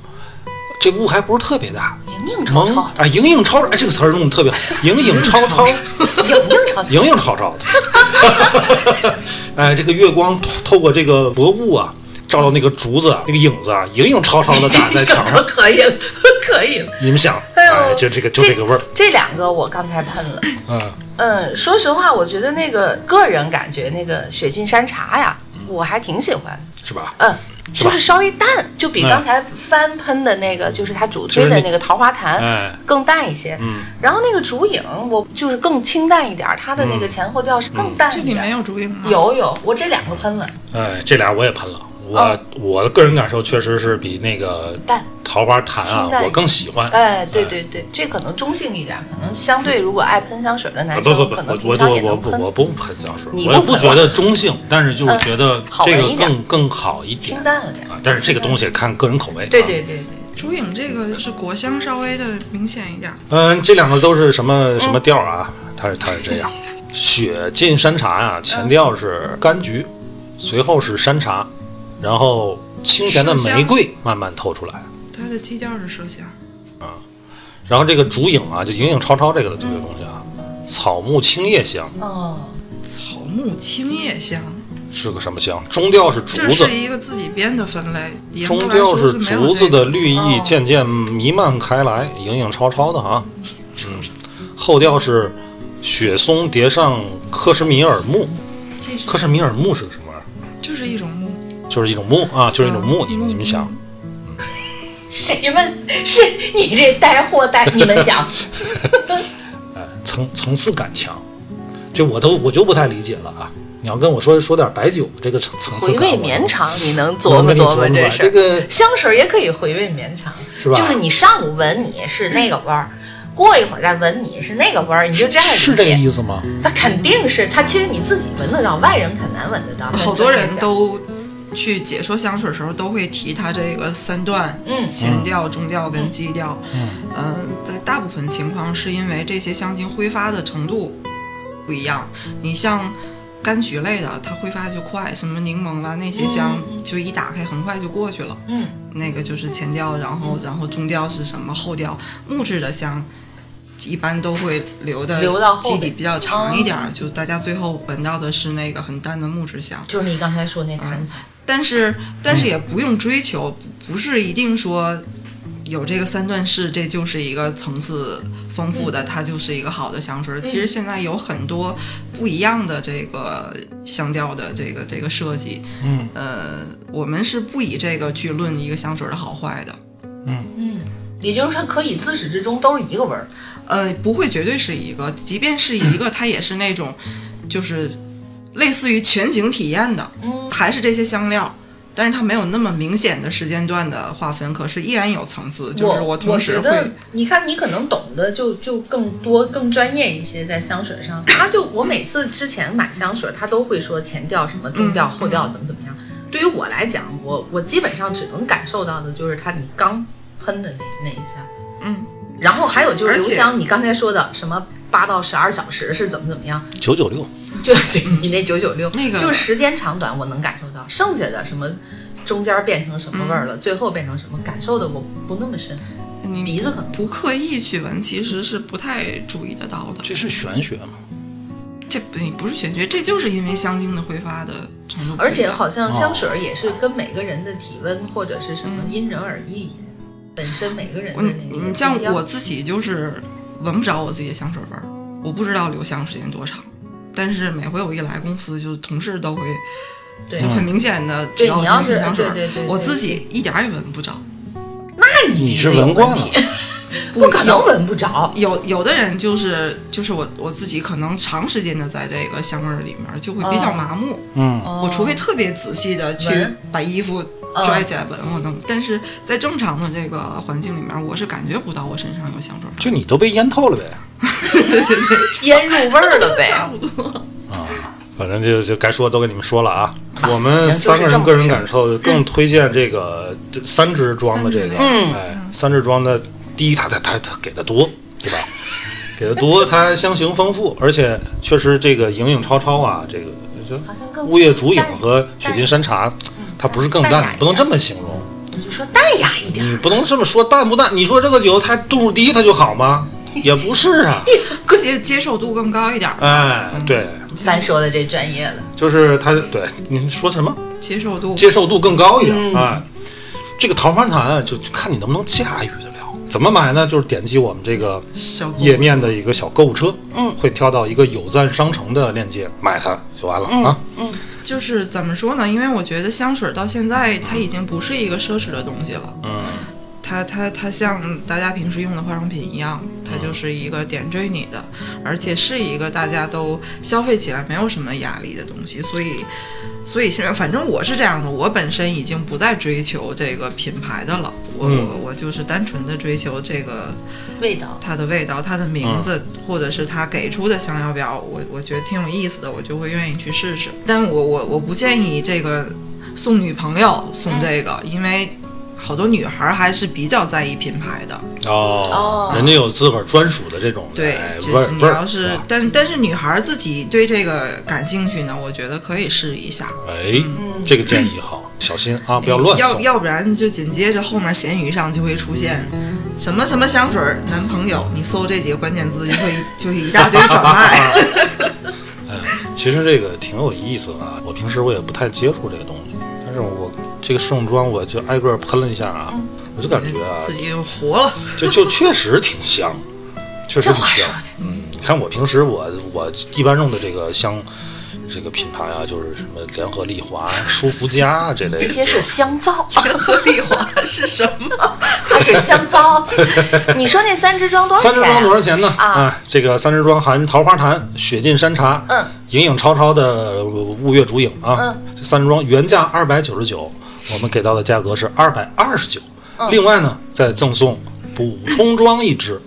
[SPEAKER 3] 这雾还不是特别大，
[SPEAKER 5] 莹莹
[SPEAKER 3] 蒙
[SPEAKER 5] 绰绰，
[SPEAKER 3] 啊，影影绰绰，哎，这个词儿用的特别好，影影绰绰，
[SPEAKER 5] 莹莹绰 绰，，
[SPEAKER 3] 影影绰绰的， 哎，这个月光透透过这个薄雾啊，照到那个竹子啊，那个影子啊，影影绰绰的打在墙上
[SPEAKER 5] 可以了， 可以了。
[SPEAKER 3] 你们想，
[SPEAKER 5] 哎呦
[SPEAKER 3] 哎，就这个就这个味儿，
[SPEAKER 5] 这两个我刚才喷了，
[SPEAKER 3] 嗯，
[SPEAKER 5] 嗯，说实话，我觉得那个个人感觉那个雪尽山茶呀，我还挺喜欢，
[SPEAKER 3] 是吧？
[SPEAKER 5] 嗯。
[SPEAKER 3] 嗯是
[SPEAKER 5] 就
[SPEAKER 3] 吧
[SPEAKER 5] 是稍微淡，就比
[SPEAKER 3] 嗯
[SPEAKER 5] 刚才翻喷的那个，就是它主推
[SPEAKER 3] 就是
[SPEAKER 5] 的
[SPEAKER 3] 那
[SPEAKER 5] 那个桃花潭
[SPEAKER 3] 哎，
[SPEAKER 5] 更淡一些。
[SPEAKER 3] 嗯，
[SPEAKER 5] 然后那个竹影，我就是更清淡一点儿，它的那个前后调是更
[SPEAKER 3] 嗯
[SPEAKER 5] 淡
[SPEAKER 4] 这
[SPEAKER 5] 一
[SPEAKER 4] 里
[SPEAKER 5] 点
[SPEAKER 4] 面
[SPEAKER 5] 儿。
[SPEAKER 4] 有竹影吗？，
[SPEAKER 5] 有有，我这两个喷了，
[SPEAKER 3] 哎，这俩我也喷了。我、
[SPEAKER 5] 嗯
[SPEAKER 3] 我的个人感受确实是比那个
[SPEAKER 5] 淡
[SPEAKER 3] 桃花潭啊
[SPEAKER 5] 清淡，一
[SPEAKER 3] 我更喜欢。
[SPEAKER 5] 哎，对对对，这可能中性一点，可能相对如果爱喷香水的男
[SPEAKER 3] 不
[SPEAKER 5] 生，
[SPEAKER 3] 呃啊不不
[SPEAKER 5] 可，能
[SPEAKER 3] 我
[SPEAKER 5] 平常也
[SPEAKER 3] 我我
[SPEAKER 5] 能
[SPEAKER 3] 不
[SPEAKER 5] 喷
[SPEAKER 3] 我不喷香水，
[SPEAKER 5] 你
[SPEAKER 3] 我也
[SPEAKER 5] 不
[SPEAKER 3] 不
[SPEAKER 5] 喷
[SPEAKER 3] 觉得中 性，但是就是
[SPEAKER 5] 嗯
[SPEAKER 3] 觉得
[SPEAKER 5] 好
[SPEAKER 3] 这
[SPEAKER 5] 闻
[SPEAKER 3] 个
[SPEAKER 5] 一点
[SPEAKER 3] 更更好一点
[SPEAKER 5] 清淡了点儿
[SPEAKER 3] 啊。但是这个东西看个人口味。
[SPEAKER 5] 对
[SPEAKER 3] 啊。
[SPEAKER 5] 对对对，
[SPEAKER 4] 竹影这个就是果香稍微的明显一点儿，
[SPEAKER 3] 嗯，这两个都是什
[SPEAKER 5] 嗯
[SPEAKER 3] 么什么调儿啊？它是它是这样，雪浸山茶
[SPEAKER 5] 嗯
[SPEAKER 3] 啊，前调是柑橘，随后是山茶，然后清甜的
[SPEAKER 4] 麝香
[SPEAKER 3] 玫瑰慢慢透出来。
[SPEAKER 4] 它的基调是麝香，
[SPEAKER 3] 然后这个竹影啊，就影影绰绰这个这个东西啊，草木青叶香
[SPEAKER 5] 哦，
[SPEAKER 4] 草木青叶香，
[SPEAKER 3] 是个什么香？中调是竹
[SPEAKER 4] 这
[SPEAKER 3] 子
[SPEAKER 4] 是，一个自己编的分类。严格
[SPEAKER 3] 中
[SPEAKER 4] 来
[SPEAKER 3] 调
[SPEAKER 4] 说
[SPEAKER 3] 是
[SPEAKER 4] 是没有啊
[SPEAKER 3] 竹子
[SPEAKER 4] 这个
[SPEAKER 3] 的绿意渐渐弥漫开来，影影绰绰的哈。嗯，后调是雪松叠上克什米尔木，
[SPEAKER 4] 这是
[SPEAKER 3] 克什米尔木是个什么玩意儿？
[SPEAKER 4] 就是一种木，
[SPEAKER 3] 就是一种木啊，就是一种木。
[SPEAKER 4] 嗯
[SPEAKER 3] 你们你们想，
[SPEAKER 5] 你们是你这带货带，你 们想，
[SPEAKER 4] 嗯
[SPEAKER 3] 哎，层层次感强，就我都我就不太理解了啊。你要跟我说说点白酒这个层层次
[SPEAKER 5] 回
[SPEAKER 3] 感，
[SPEAKER 5] 味绵长，你能琢磨琢磨这事
[SPEAKER 3] 这
[SPEAKER 5] 儿。
[SPEAKER 3] 个
[SPEAKER 5] 香水也可以回味绵长，
[SPEAKER 3] 是吧
[SPEAKER 5] 就是你上午闻你是那个味儿，过一会儿再闻你是那个味儿，你就这样理解。
[SPEAKER 3] 是这意思吗？
[SPEAKER 5] 他肯定是他，其实你自己闻得到，外人很难闻得到。
[SPEAKER 4] 好多人都去解说香水的时候都会提它这个三段，
[SPEAKER 5] 嗯
[SPEAKER 4] 前调、中调跟基调。
[SPEAKER 3] 嗯，
[SPEAKER 4] 嗯，在大部分情况是因为这些香精挥发的程度不一样。你像柑橘类的，它挥发就快，什么柠檬啦那些香
[SPEAKER 5] 嗯，
[SPEAKER 4] 就一打开很快就过去了。
[SPEAKER 5] 嗯，
[SPEAKER 4] 那个就是前调，然后然后中调是什么，后调木质的香，一般都会留的
[SPEAKER 5] 留到后
[SPEAKER 4] 基
[SPEAKER 5] 边哦
[SPEAKER 4] 底比较长一点儿，就大家最后闻到的是那个很淡的木质香。
[SPEAKER 5] 就是你刚才说那弹草，
[SPEAKER 4] 但是但是也不用追求，不不是一定说有这个三段式，这就是一个层次丰富的，它就是一个好的香水儿。其实现在有很多不一样的这个香调的这个这个设计，
[SPEAKER 3] 嗯，
[SPEAKER 4] 呃，我们是不以这个去论一个香水儿的好坏的，
[SPEAKER 5] 嗯，也就是说可以自始至终都是一个味儿，
[SPEAKER 4] 呃，不会绝对是一个，即便是一个，它也是那种就是类似于全景体验的，
[SPEAKER 5] 嗯
[SPEAKER 4] 还是这些香料，但是它没有那么明显的时间段的划分，可是依然有层次。就是
[SPEAKER 5] 我
[SPEAKER 4] 同时
[SPEAKER 5] 觉
[SPEAKER 4] 会
[SPEAKER 5] 得，你看你可能懂得就就更多更专业一些，在香水上，他就我每次之前买香水，他都会说前调什么中调
[SPEAKER 4] 嗯
[SPEAKER 5] 后调怎么怎么样。对于我来讲，我我基本上只能感受到的就是他你刚喷的那那一下，
[SPEAKER 4] 嗯，
[SPEAKER 5] 然后还有就是
[SPEAKER 4] 而
[SPEAKER 5] 留
[SPEAKER 4] 且
[SPEAKER 5] 香，你刚才说的什么八到十二小时是怎么怎么样，
[SPEAKER 3] 九九六，
[SPEAKER 5] 就对你那九九六，
[SPEAKER 4] 那个
[SPEAKER 5] 就是时间长短我能感受到，剩下的什么中间变成什么味
[SPEAKER 4] 嗯
[SPEAKER 5] 儿了，最后变成什么感受的我不那么深，
[SPEAKER 4] 你
[SPEAKER 5] 鼻子可能
[SPEAKER 4] 不刻意去闻，其实是不太注意得到的。
[SPEAKER 3] 这是玄学吗？
[SPEAKER 4] 这不不是玄学，这就是因为香精的挥发的程度不一样。
[SPEAKER 5] 而且好
[SPEAKER 3] 哦
[SPEAKER 5] 像香水儿也是跟每个人的体温或者是什么
[SPEAKER 4] 嗯
[SPEAKER 5] 因人而异，本身每个人的
[SPEAKER 4] 我，
[SPEAKER 5] 那
[SPEAKER 4] 你
[SPEAKER 5] 个
[SPEAKER 4] 你嗯像我自己就是闻不着我自己的香水味儿，我不知道留香时间多长。但是每回我一来公司，就是同事都会
[SPEAKER 5] 对
[SPEAKER 4] 就，很明显的知
[SPEAKER 5] 对
[SPEAKER 4] 道
[SPEAKER 5] 你
[SPEAKER 4] 我
[SPEAKER 5] 要
[SPEAKER 4] 今天
[SPEAKER 5] 是
[SPEAKER 4] 香水
[SPEAKER 5] 对
[SPEAKER 4] 儿
[SPEAKER 5] 对对对
[SPEAKER 4] 我自己一点儿也闻 不着。
[SPEAKER 5] 那
[SPEAKER 3] 你
[SPEAKER 5] 你
[SPEAKER 3] 是
[SPEAKER 5] 有
[SPEAKER 3] 闻惯
[SPEAKER 5] 问
[SPEAKER 3] 了
[SPEAKER 5] 题，不可能闻不着。
[SPEAKER 4] 有有的人就是就是我我自己可能长时间的在这个香味儿里面儿就会比较麻木，
[SPEAKER 3] 嗯，
[SPEAKER 4] 我除非特别仔细的去
[SPEAKER 5] 哦闻哦
[SPEAKER 4] 把衣服拽起来闻，我能。但是在正常的这个环境里面儿，我是感觉不到我身上有香水味
[SPEAKER 3] 就你都被淹透了呗。
[SPEAKER 5] 腌入味儿了呗，
[SPEAKER 3] 反正就就该说的都跟你们说了啊。我们
[SPEAKER 5] 就是
[SPEAKER 3] 三个
[SPEAKER 5] 这
[SPEAKER 3] 人
[SPEAKER 5] 么
[SPEAKER 3] 个人感受更推荐这个这三支装的这个，
[SPEAKER 5] 嗯
[SPEAKER 3] 哎，三支装的第一，它它它它给的多，对 吧？给的多，它香型丰富，而且确实这个影影超超啊，这个
[SPEAKER 5] 好
[SPEAKER 3] 就
[SPEAKER 5] 像更嗯
[SPEAKER 3] 雾夜烛影和雪金山茶，它不是更
[SPEAKER 5] 淡雅
[SPEAKER 3] 淡，
[SPEAKER 5] 一
[SPEAKER 3] 不能
[SPEAKER 5] 点
[SPEAKER 3] 这么形容。
[SPEAKER 5] 我就说淡雅一点儿，
[SPEAKER 3] 你不能这么说淡不淡？你说这个酒它度数低它就好 吗？也不是啊，
[SPEAKER 4] 儿，接接受度更高一点儿，
[SPEAKER 3] 哎，对，
[SPEAKER 4] 嗯
[SPEAKER 5] 凡 说的这专业了，
[SPEAKER 3] 就是它，对，你说什么？
[SPEAKER 4] 接受度
[SPEAKER 3] 接受度更高一点、
[SPEAKER 4] 嗯
[SPEAKER 3] 啊。这个桃花潭啊就就看你能不能驾驭得了。怎么买呢？就是点击我们这个
[SPEAKER 4] 小狗
[SPEAKER 3] 页面的一个小购物车，嗯，会挑到一个有赞商城的链接，买它就完了、
[SPEAKER 4] 嗯
[SPEAKER 3] 啊。
[SPEAKER 4] 就是怎么说呢？因为我觉得香水到现在它已经不是一个奢侈的东西了，
[SPEAKER 3] 嗯，
[SPEAKER 4] 它它它像大家平时用的化妆品一样，
[SPEAKER 3] 啊
[SPEAKER 4] 它就是一个点缀你的，而且是一个大家都消费起来没有什么压力的东西，所以。所以现在，反正我是这样的，我本身已经不再追求这个品牌的了，我、
[SPEAKER 3] 嗯
[SPEAKER 4] 我我就是单纯的追求这个
[SPEAKER 5] 味道
[SPEAKER 4] 它的味道、它的名字，
[SPEAKER 3] 嗯
[SPEAKER 4] 或者是它给出的香料表，我我觉得挺有意思的，我就会愿意去试试。但我我我不建议这个送女朋友送这个，因为好多女孩还是比较在意品牌的。
[SPEAKER 3] 哦
[SPEAKER 5] 哦
[SPEAKER 3] 人家有自个儿专属的这种
[SPEAKER 4] 对，
[SPEAKER 3] 哎味
[SPEAKER 4] 就
[SPEAKER 3] 儿
[SPEAKER 4] 是你
[SPEAKER 3] 味儿，
[SPEAKER 4] 要是，
[SPEAKER 3] 吧嗯
[SPEAKER 4] 但但是女孩自己对这个感兴趣呢，我觉得可以试一下。哎
[SPEAKER 3] 哎，这个建议好，小心啊，不要乱
[SPEAKER 4] 嗯要
[SPEAKER 3] 送。
[SPEAKER 4] 要不然就紧接着后面闲鱼上就会出现
[SPEAKER 3] 嗯
[SPEAKER 4] 什么什么香水儿男朋友，你搜这几个关键字就会就会一大 堆转卖。
[SPEAKER 3] 哎，其实这个挺有意思的啊。我平时我也不太接触这个东西，但是我这个试用装我就挨个儿喷了一下啊，
[SPEAKER 5] 嗯
[SPEAKER 3] 我就感觉啊，
[SPEAKER 4] 自己又活了。
[SPEAKER 3] 就就确实挺香，确实
[SPEAKER 5] 这
[SPEAKER 3] 挺
[SPEAKER 5] 话说
[SPEAKER 3] 香。嗯，你看我平时我我一般用的这个香，这个品牌啊，就是什么联合利华、舒肤佳啊这类
[SPEAKER 5] 的，
[SPEAKER 3] 的
[SPEAKER 5] 贴。是香皂，
[SPEAKER 4] 联合利华是什么？
[SPEAKER 5] 它是香 皂。你说那三支装多少
[SPEAKER 3] 三支
[SPEAKER 5] 钱
[SPEAKER 3] 装多
[SPEAKER 5] 啊？
[SPEAKER 3] 少钱呢？
[SPEAKER 5] 啊
[SPEAKER 3] 哎这个三支装含桃花潭、雪尽山茶、
[SPEAKER 5] 嗯、
[SPEAKER 3] 影影超超的雾月烛影啊。
[SPEAKER 5] 嗯
[SPEAKER 3] 这三支装原价二百九十九，我们给到的
[SPEAKER 5] 嗯
[SPEAKER 3] 价格是二百二十九。另外呢，再赠送补充装一支，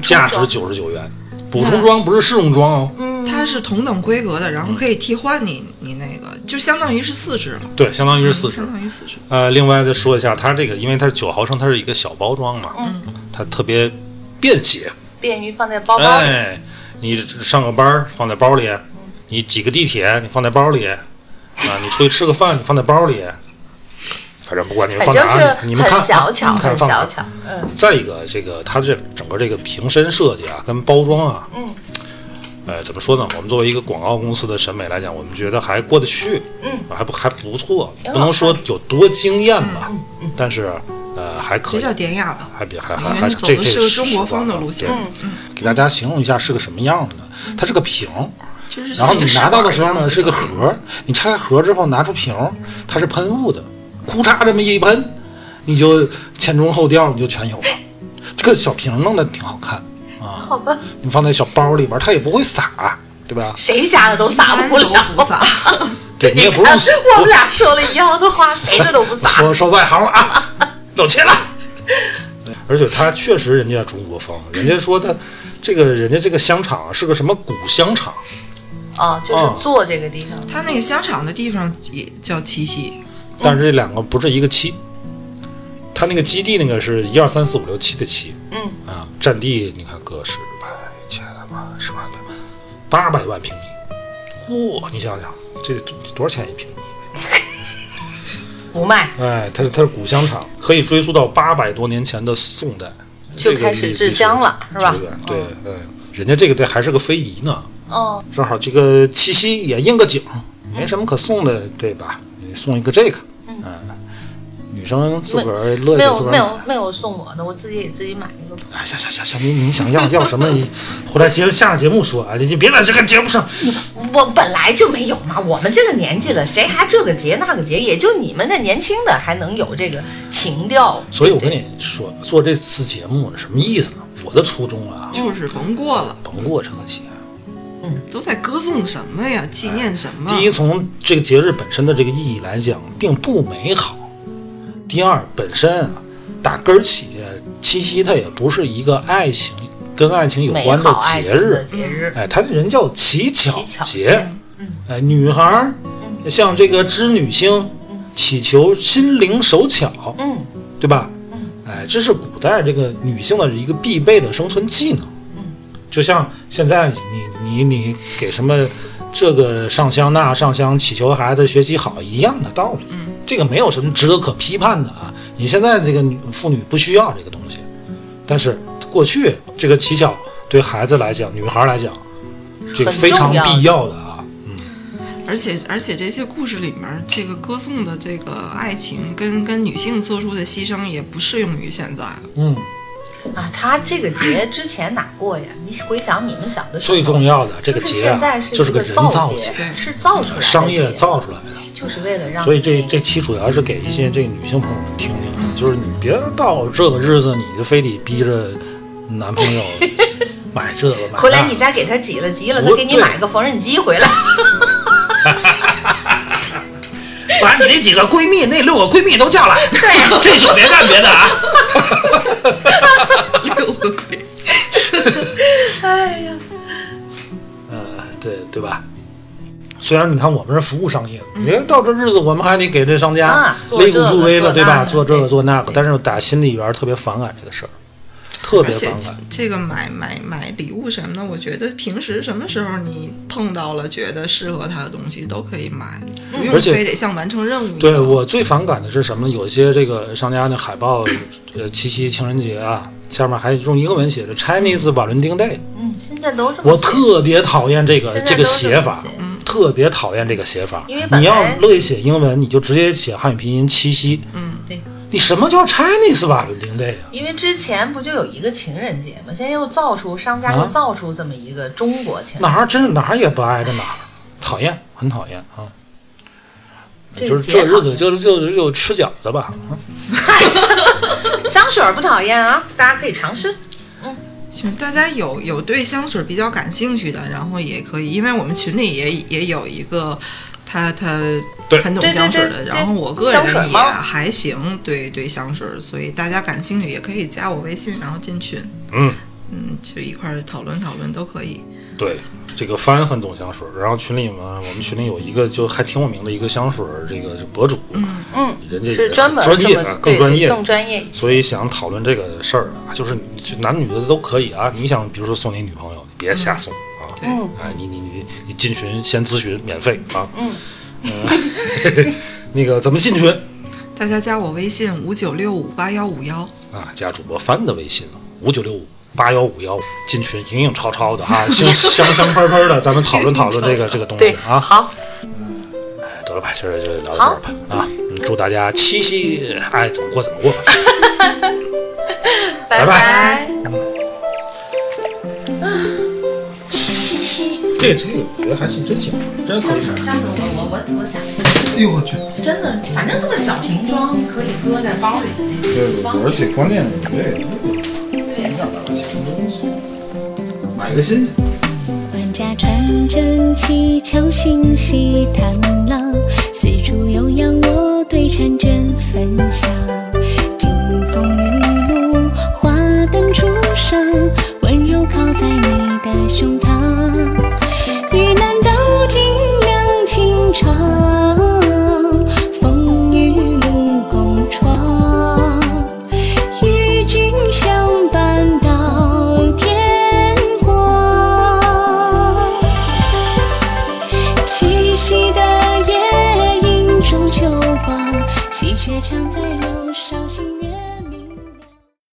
[SPEAKER 3] 价值九十九元。
[SPEAKER 5] 嗯
[SPEAKER 3] 补充装不是试用装哦，
[SPEAKER 4] 它是同等规格
[SPEAKER 3] 嗯
[SPEAKER 4] 的，然后可以替换你你那个，就相当于是四支了，
[SPEAKER 3] 对，相当于是四十
[SPEAKER 5] 嗯
[SPEAKER 4] 相。当于四支。
[SPEAKER 3] 呃，另外再说一下，它这个因为它是九毫升，它是一个小包装嘛，
[SPEAKER 5] 嗯
[SPEAKER 3] 它特别便携，
[SPEAKER 5] 便于放在包包里。
[SPEAKER 3] 哎，你上个班儿放在包里，你挤个地铁你放在包里，啊，你出去吃个饭你放在包里，反正不管你们
[SPEAKER 5] 反
[SPEAKER 3] 放
[SPEAKER 5] 正
[SPEAKER 3] 哪，
[SPEAKER 5] 是
[SPEAKER 3] 你们看
[SPEAKER 5] 很小巧，
[SPEAKER 3] 你
[SPEAKER 5] 很
[SPEAKER 3] 看放哪
[SPEAKER 5] 小巧。嗯，
[SPEAKER 3] 再一个，这个它这整个这个瓶身设计啊，跟包装啊，
[SPEAKER 5] 嗯，
[SPEAKER 3] 呃，怎么说呢？我们作为一个广告公司的审美来讲，我们觉得还过得去，
[SPEAKER 5] 嗯，
[SPEAKER 3] 还不还不错，
[SPEAKER 5] 挺好看嗯
[SPEAKER 3] 不能说有多惊艳吧，但是呃还可
[SPEAKER 4] 比
[SPEAKER 3] 以，
[SPEAKER 4] 较典雅吧。
[SPEAKER 3] 还比还还
[SPEAKER 4] 里
[SPEAKER 3] 啊还
[SPEAKER 4] 面
[SPEAKER 3] 是啊
[SPEAKER 4] 走
[SPEAKER 3] 这
[SPEAKER 4] 的
[SPEAKER 3] 这
[SPEAKER 4] 是
[SPEAKER 3] 个
[SPEAKER 4] 个中国风的
[SPEAKER 3] 时髦
[SPEAKER 4] 路线，
[SPEAKER 3] 对给大家形容一下是个什么样子呢？它是个瓶儿，
[SPEAKER 4] 就是
[SPEAKER 3] 然后你拿到的时候呢是
[SPEAKER 4] 一
[SPEAKER 3] 个盒儿，你拆开盒儿之后拿出瓶儿，它是喷雾的，库嚓这么一喷，你就前中后调你就全有了。这个小瓶儿弄得挺好看啊，
[SPEAKER 5] 好吧，
[SPEAKER 3] 你放在小包里边儿，它也不会洒，对吧？
[SPEAKER 5] 谁家的都撒不了。
[SPEAKER 4] 不 洒，
[SPEAKER 3] 对你也不
[SPEAKER 5] 啊
[SPEAKER 3] 用
[SPEAKER 5] 我们俩说了一样的话，谁的都不撒。
[SPEAKER 3] 说说外行了啊，露怯了。 而且它确实人家中国风，人家说它这个人家这个香肠啊是个什么古香肠，哦
[SPEAKER 5] 啊，就是坐这个地方。
[SPEAKER 4] 它那个香肠的地方也叫七夕，
[SPEAKER 3] 但是这两个不是一个七，它那个基地那个是一二三四五六七的七
[SPEAKER 5] 嗯，
[SPEAKER 3] 啊，占地你看个十百千万十万百万八百万平米，嚯，你想想这多少钱一平米？
[SPEAKER 5] 不卖，
[SPEAKER 3] 哎，它是它是古香肠，可以追溯到八百多年前的宋代，
[SPEAKER 5] 就
[SPEAKER 3] 这个
[SPEAKER 5] 开始
[SPEAKER 3] 历
[SPEAKER 5] 制香了
[SPEAKER 3] 历史
[SPEAKER 5] 是吧
[SPEAKER 3] 久远对，嗯，人家这个对还是个非遗呢，
[SPEAKER 5] 哦，
[SPEAKER 3] 正好这个七夕也应个景，没什么可送的，对吧？你送一个这个，嗯，女生自个儿乐意自
[SPEAKER 5] 没有
[SPEAKER 3] 个儿
[SPEAKER 5] 没有
[SPEAKER 3] 买。
[SPEAKER 5] 没有送我的，我自己给自己买一个吧。
[SPEAKER 3] 哎，行行行行，你你想要 要什么？你回来节目下个节目说啊，你你别在这个节目上。
[SPEAKER 5] 我本来就没有嘛，我们这个年纪了，谁还这个节那个节？也就你们那年轻的还能有这个情调。
[SPEAKER 3] 所以我
[SPEAKER 5] 对
[SPEAKER 3] 跟
[SPEAKER 5] 不对
[SPEAKER 3] 你说，做这次节目什么意思呢？我的初衷
[SPEAKER 5] 嗯
[SPEAKER 3] 啊，
[SPEAKER 4] 就是甭过了，
[SPEAKER 3] 甭过这个节。
[SPEAKER 4] 都在歌颂什么呀？纪念什么？
[SPEAKER 3] 哎第一，从这个节日本身的这个意义来讲，并不美好。第二，本身啊，打根儿起，七夕它也不是一个爱情跟爱情有
[SPEAKER 5] 美
[SPEAKER 3] 关的
[SPEAKER 5] 好爱
[SPEAKER 3] 节
[SPEAKER 5] 情的
[SPEAKER 3] 日，
[SPEAKER 5] 节日，
[SPEAKER 3] 哎，它人叫乞巧
[SPEAKER 5] 乞巧嗯
[SPEAKER 3] 节，哎，女孩儿像这个织女星，祈求心灵手巧，
[SPEAKER 5] 嗯，
[SPEAKER 3] 对吧？哎，这是古代这个女性的一个必备的生存技能。就像现在你你你给什么这个上香那上香，祈求孩子学习好一样的道理。嗯，这个没有什么值得可批判的啊。你现在这个女妇女不需要这个东西，但是过去这个乞巧对孩子来讲，女孩来讲，这个
[SPEAKER 5] 很
[SPEAKER 3] 非常
[SPEAKER 5] 重要的
[SPEAKER 3] 必要的啊。
[SPEAKER 4] 而且而且这些故事里面，这个歌颂的这个爱情跟跟女性做出的牺牲也不适用于现在了。
[SPEAKER 3] 嗯，
[SPEAKER 5] 啊，他这个节之前哪过呀？你回想你们小的时候，
[SPEAKER 3] 最重要的这个
[SPEAKER 5] 就是
[SPEAKER 3] 节
[SPEAKER 5] 现在
[SPEAKER 3] 啊，
[SPEAKER 5] 是
[SPEAKER 3] 就是
[SPEAKER 5] 一
[SPEAKER 3] 人
[SPEAKER 5] 造
[SPEAKER 3] 造节，
[SPEAKER 4] 对
[SPEAKER 5] 是造出来的
[SPEAKER 3] 商业
[SPEAKER 5] 节，
[SPEAKER 3] 造出来的。
[SPEAKER 5] 就是为了让
[SPEAKER 3] 所以这
[SPEAKER 5] 你
[SPEAKER 3] 这期主要是给一些这个女性朋友们听听的，就是你别到这个日子你就非得逼着男朋 友买这个买那个
[SPEAKER 5] 回来你再给他挤了急了，
[SPEAKER 3] 不
[SPEAKER 5] 他给你
[SPEAKER 3] 对
[SPEAKER 5] 买个缝纫机回来。
[SPEAKER 3] 把你那几个闺蜜那六个闺蜜都叫来，对，这宿别干别的啊。
[SPEAKER 4] 六个鬼，
[SPEAKER 5] 哎呀，
[SPEAKER 3] 呃，对对吧？虽然你看我们是服务商业，你看到这日子我们还得给这商家
[SPEAKER 5] 啊做
[SPEAKER 3] 肋骨
[SPEAKER 5] 这个
[SPEAKER 3] 助威了，
[SPEAKER 5] 做
[SPEAKER 3] 对吧？
[SPEAKER 5] 那个
[SPEAKER 3] 做这个
[SPEAKER 5] 对
[SPEAKER 3] 做那个，但是打心里边儿特别反感这个事儿，特
[SPEAKER 4] 而
[SPEAKER 3] 别
[SPEAKER 4] 且
[SPEAKER 3] 反
[SPEAKER 4] 这
[SPEAKER 3] 感。
[SPEAKER 4] 这个买买买礼物什么的，我觉得平时什么时候你碰到了觉得适合他的东西都可以买，不用
[SPEAKER 3] 而且
[SPEAKER 4] 非得像完成任务一样。
[SPEAKER 3] 对我最反感的是什么呢？有些这个商家那海报，呃，七夕情人节啊，下面还用英文写着 Chinese Valentine Day，
[SPEAKER 5] 嗯，现在都这么
[SPEAKER 3] 我
[SPEAKER 5] 写
[SPEAKER 3] 特别讨厌这个
[SPEAKER 5] 现在
[SPEAKER 3] 这个
[SPEAKER 5] 都这么
[SPEAKER 3] 写法嗯
[SPEAKER 5] 写，
[SPEAKER 3] 特别讨厌这个写法。
[SPEAKER 5] 因为本
[SPEAKER 3] 你要
[SPEAKER 5] 来嗯
[SPEAKER 3] 乐意写英文，你就直接写汉语拼音七夕。
[SPEAKER 5] 对。
[SPEAKER 3] 你什么叫 Chinese Valentine Day 啊？
[SPEAKER 5] 因为之前不就有一个情人节吗？现在又造出商家又
[SPEAKER 3] 啊
[SPEAKER 5] 造出这么一个中国情人，
[SPEAKER 3] 哪儿真哪儿也不挨着哪儿，讨厌，很讨厌啊！
[SPEAKER 5] 这
[SPEAKER 3] 就是
[SPEAKER 5] 节嗯
[SPEAKER 3] 这日
[SPEAKER 5] 好
[SPEAKER 3] 子，就是就就吃饺子吧。嗯
[SPEAKER 5] 香水儿不讨厌啊，大家可以尝试。
[SPEAKER 4] 行，大家有有对香水比较感兴趣的，然后也可以，因为我们群里也也有一个他他
[SPEAKER 3] 对
[SPEAKER 4] 很懂
[SPEAKER 5] 对对
[SPEAKER 4] 香水
[SPEAKER 5] 对
[SPEAKER 4] 的，
[SPEAKER 5] 对
[SPEAKER 4] 然后我个
[SPEAKER 5] 香水
[SPEAKER 4] 人也
[SPEAKER 5] 猫
[SPEAKER 4] 还行，对对香水，所以大家感兴趣也可以加我微信，然后进群，
[SPEAKER 3] 嗯，
[SPEAKER 4] 嗯，去一块儿讨论讨论都可以。
[SPEAKER 3] 对，这个帆很懂香水儿，然后群里嘛，我们群里有一个就还挺有名的一个香水儿这个博主，
[SPEAKER 5] 嗯，
[SPEAKER 3] 人家也
[SPEAKER 5] 是专门
[SPEAKER 3] 专业
[SPEAKER 5] 这
[SPEAKER 3] 啊
[SPEAKER 5] 么
[SPEAKER 3] 更
[SPEAKER 5] 对
[SPEAKER 3] 专
[SPEAKER 5] 对
[SPEAKER 3] 业，
[SPEAKER 5] 更专业一些。
[SPEAKER 3] 所以想讨论这个事儿啊，就是你男女的都可以啊。你想，比如说送你女朋友，你别瞎送啊。
[SPEAKER 4] 对
[SPEAKER 3] 啊，哎，你你你你进群先咨询，免费啊。 嗯， 那个怎么进群
[SPEAKER 4] 大家加我微信五九六五八幺五幺，
[SPEAKER 3] 啊？加主播帆的微信五九六五八幺五幺，进群影影绰绰的啊，香香香喷喷的，咱们讨论讨论这个这个东西
[SPEAKER 5] 对，
[SPEAKER 3] 啊。
[SPEAKER 5] 好，
[SPEAKER 3] 哎得了吧，今儿就聊到这儿吧啊！嗯祝大家七夕爱怎么过怎么过吧。拜拜
[SPEAKER 5] 拜
[SPEAKER 3] 这这个我觉得还是真行，真可以买。
[SPEAKER 5] 下次我我我我想，
[SPEAKER 6] 哎呦我去！
[SPEAKER 5] 真的，反正这么小瓶装可以搁在包里的那
[SPEAKER 3] 对
[SPEAKER 5] 种，装。
[SPEAKER 3] 而且关键我觉得也
[SPEAKER 5] 对。
[SPEAKER 3] 买个新的。
[SPEAKER 7] 万家船正气，敲醒西谈浪，四处悠扬，我对婵娟分享。金风玉露，花灯初上，温柔靠在你的胸膛，遇难都尽量轻唱，风雨路共闯。与君相伴到天荒。七夕的夜，映出秋光，喜鹊常在柳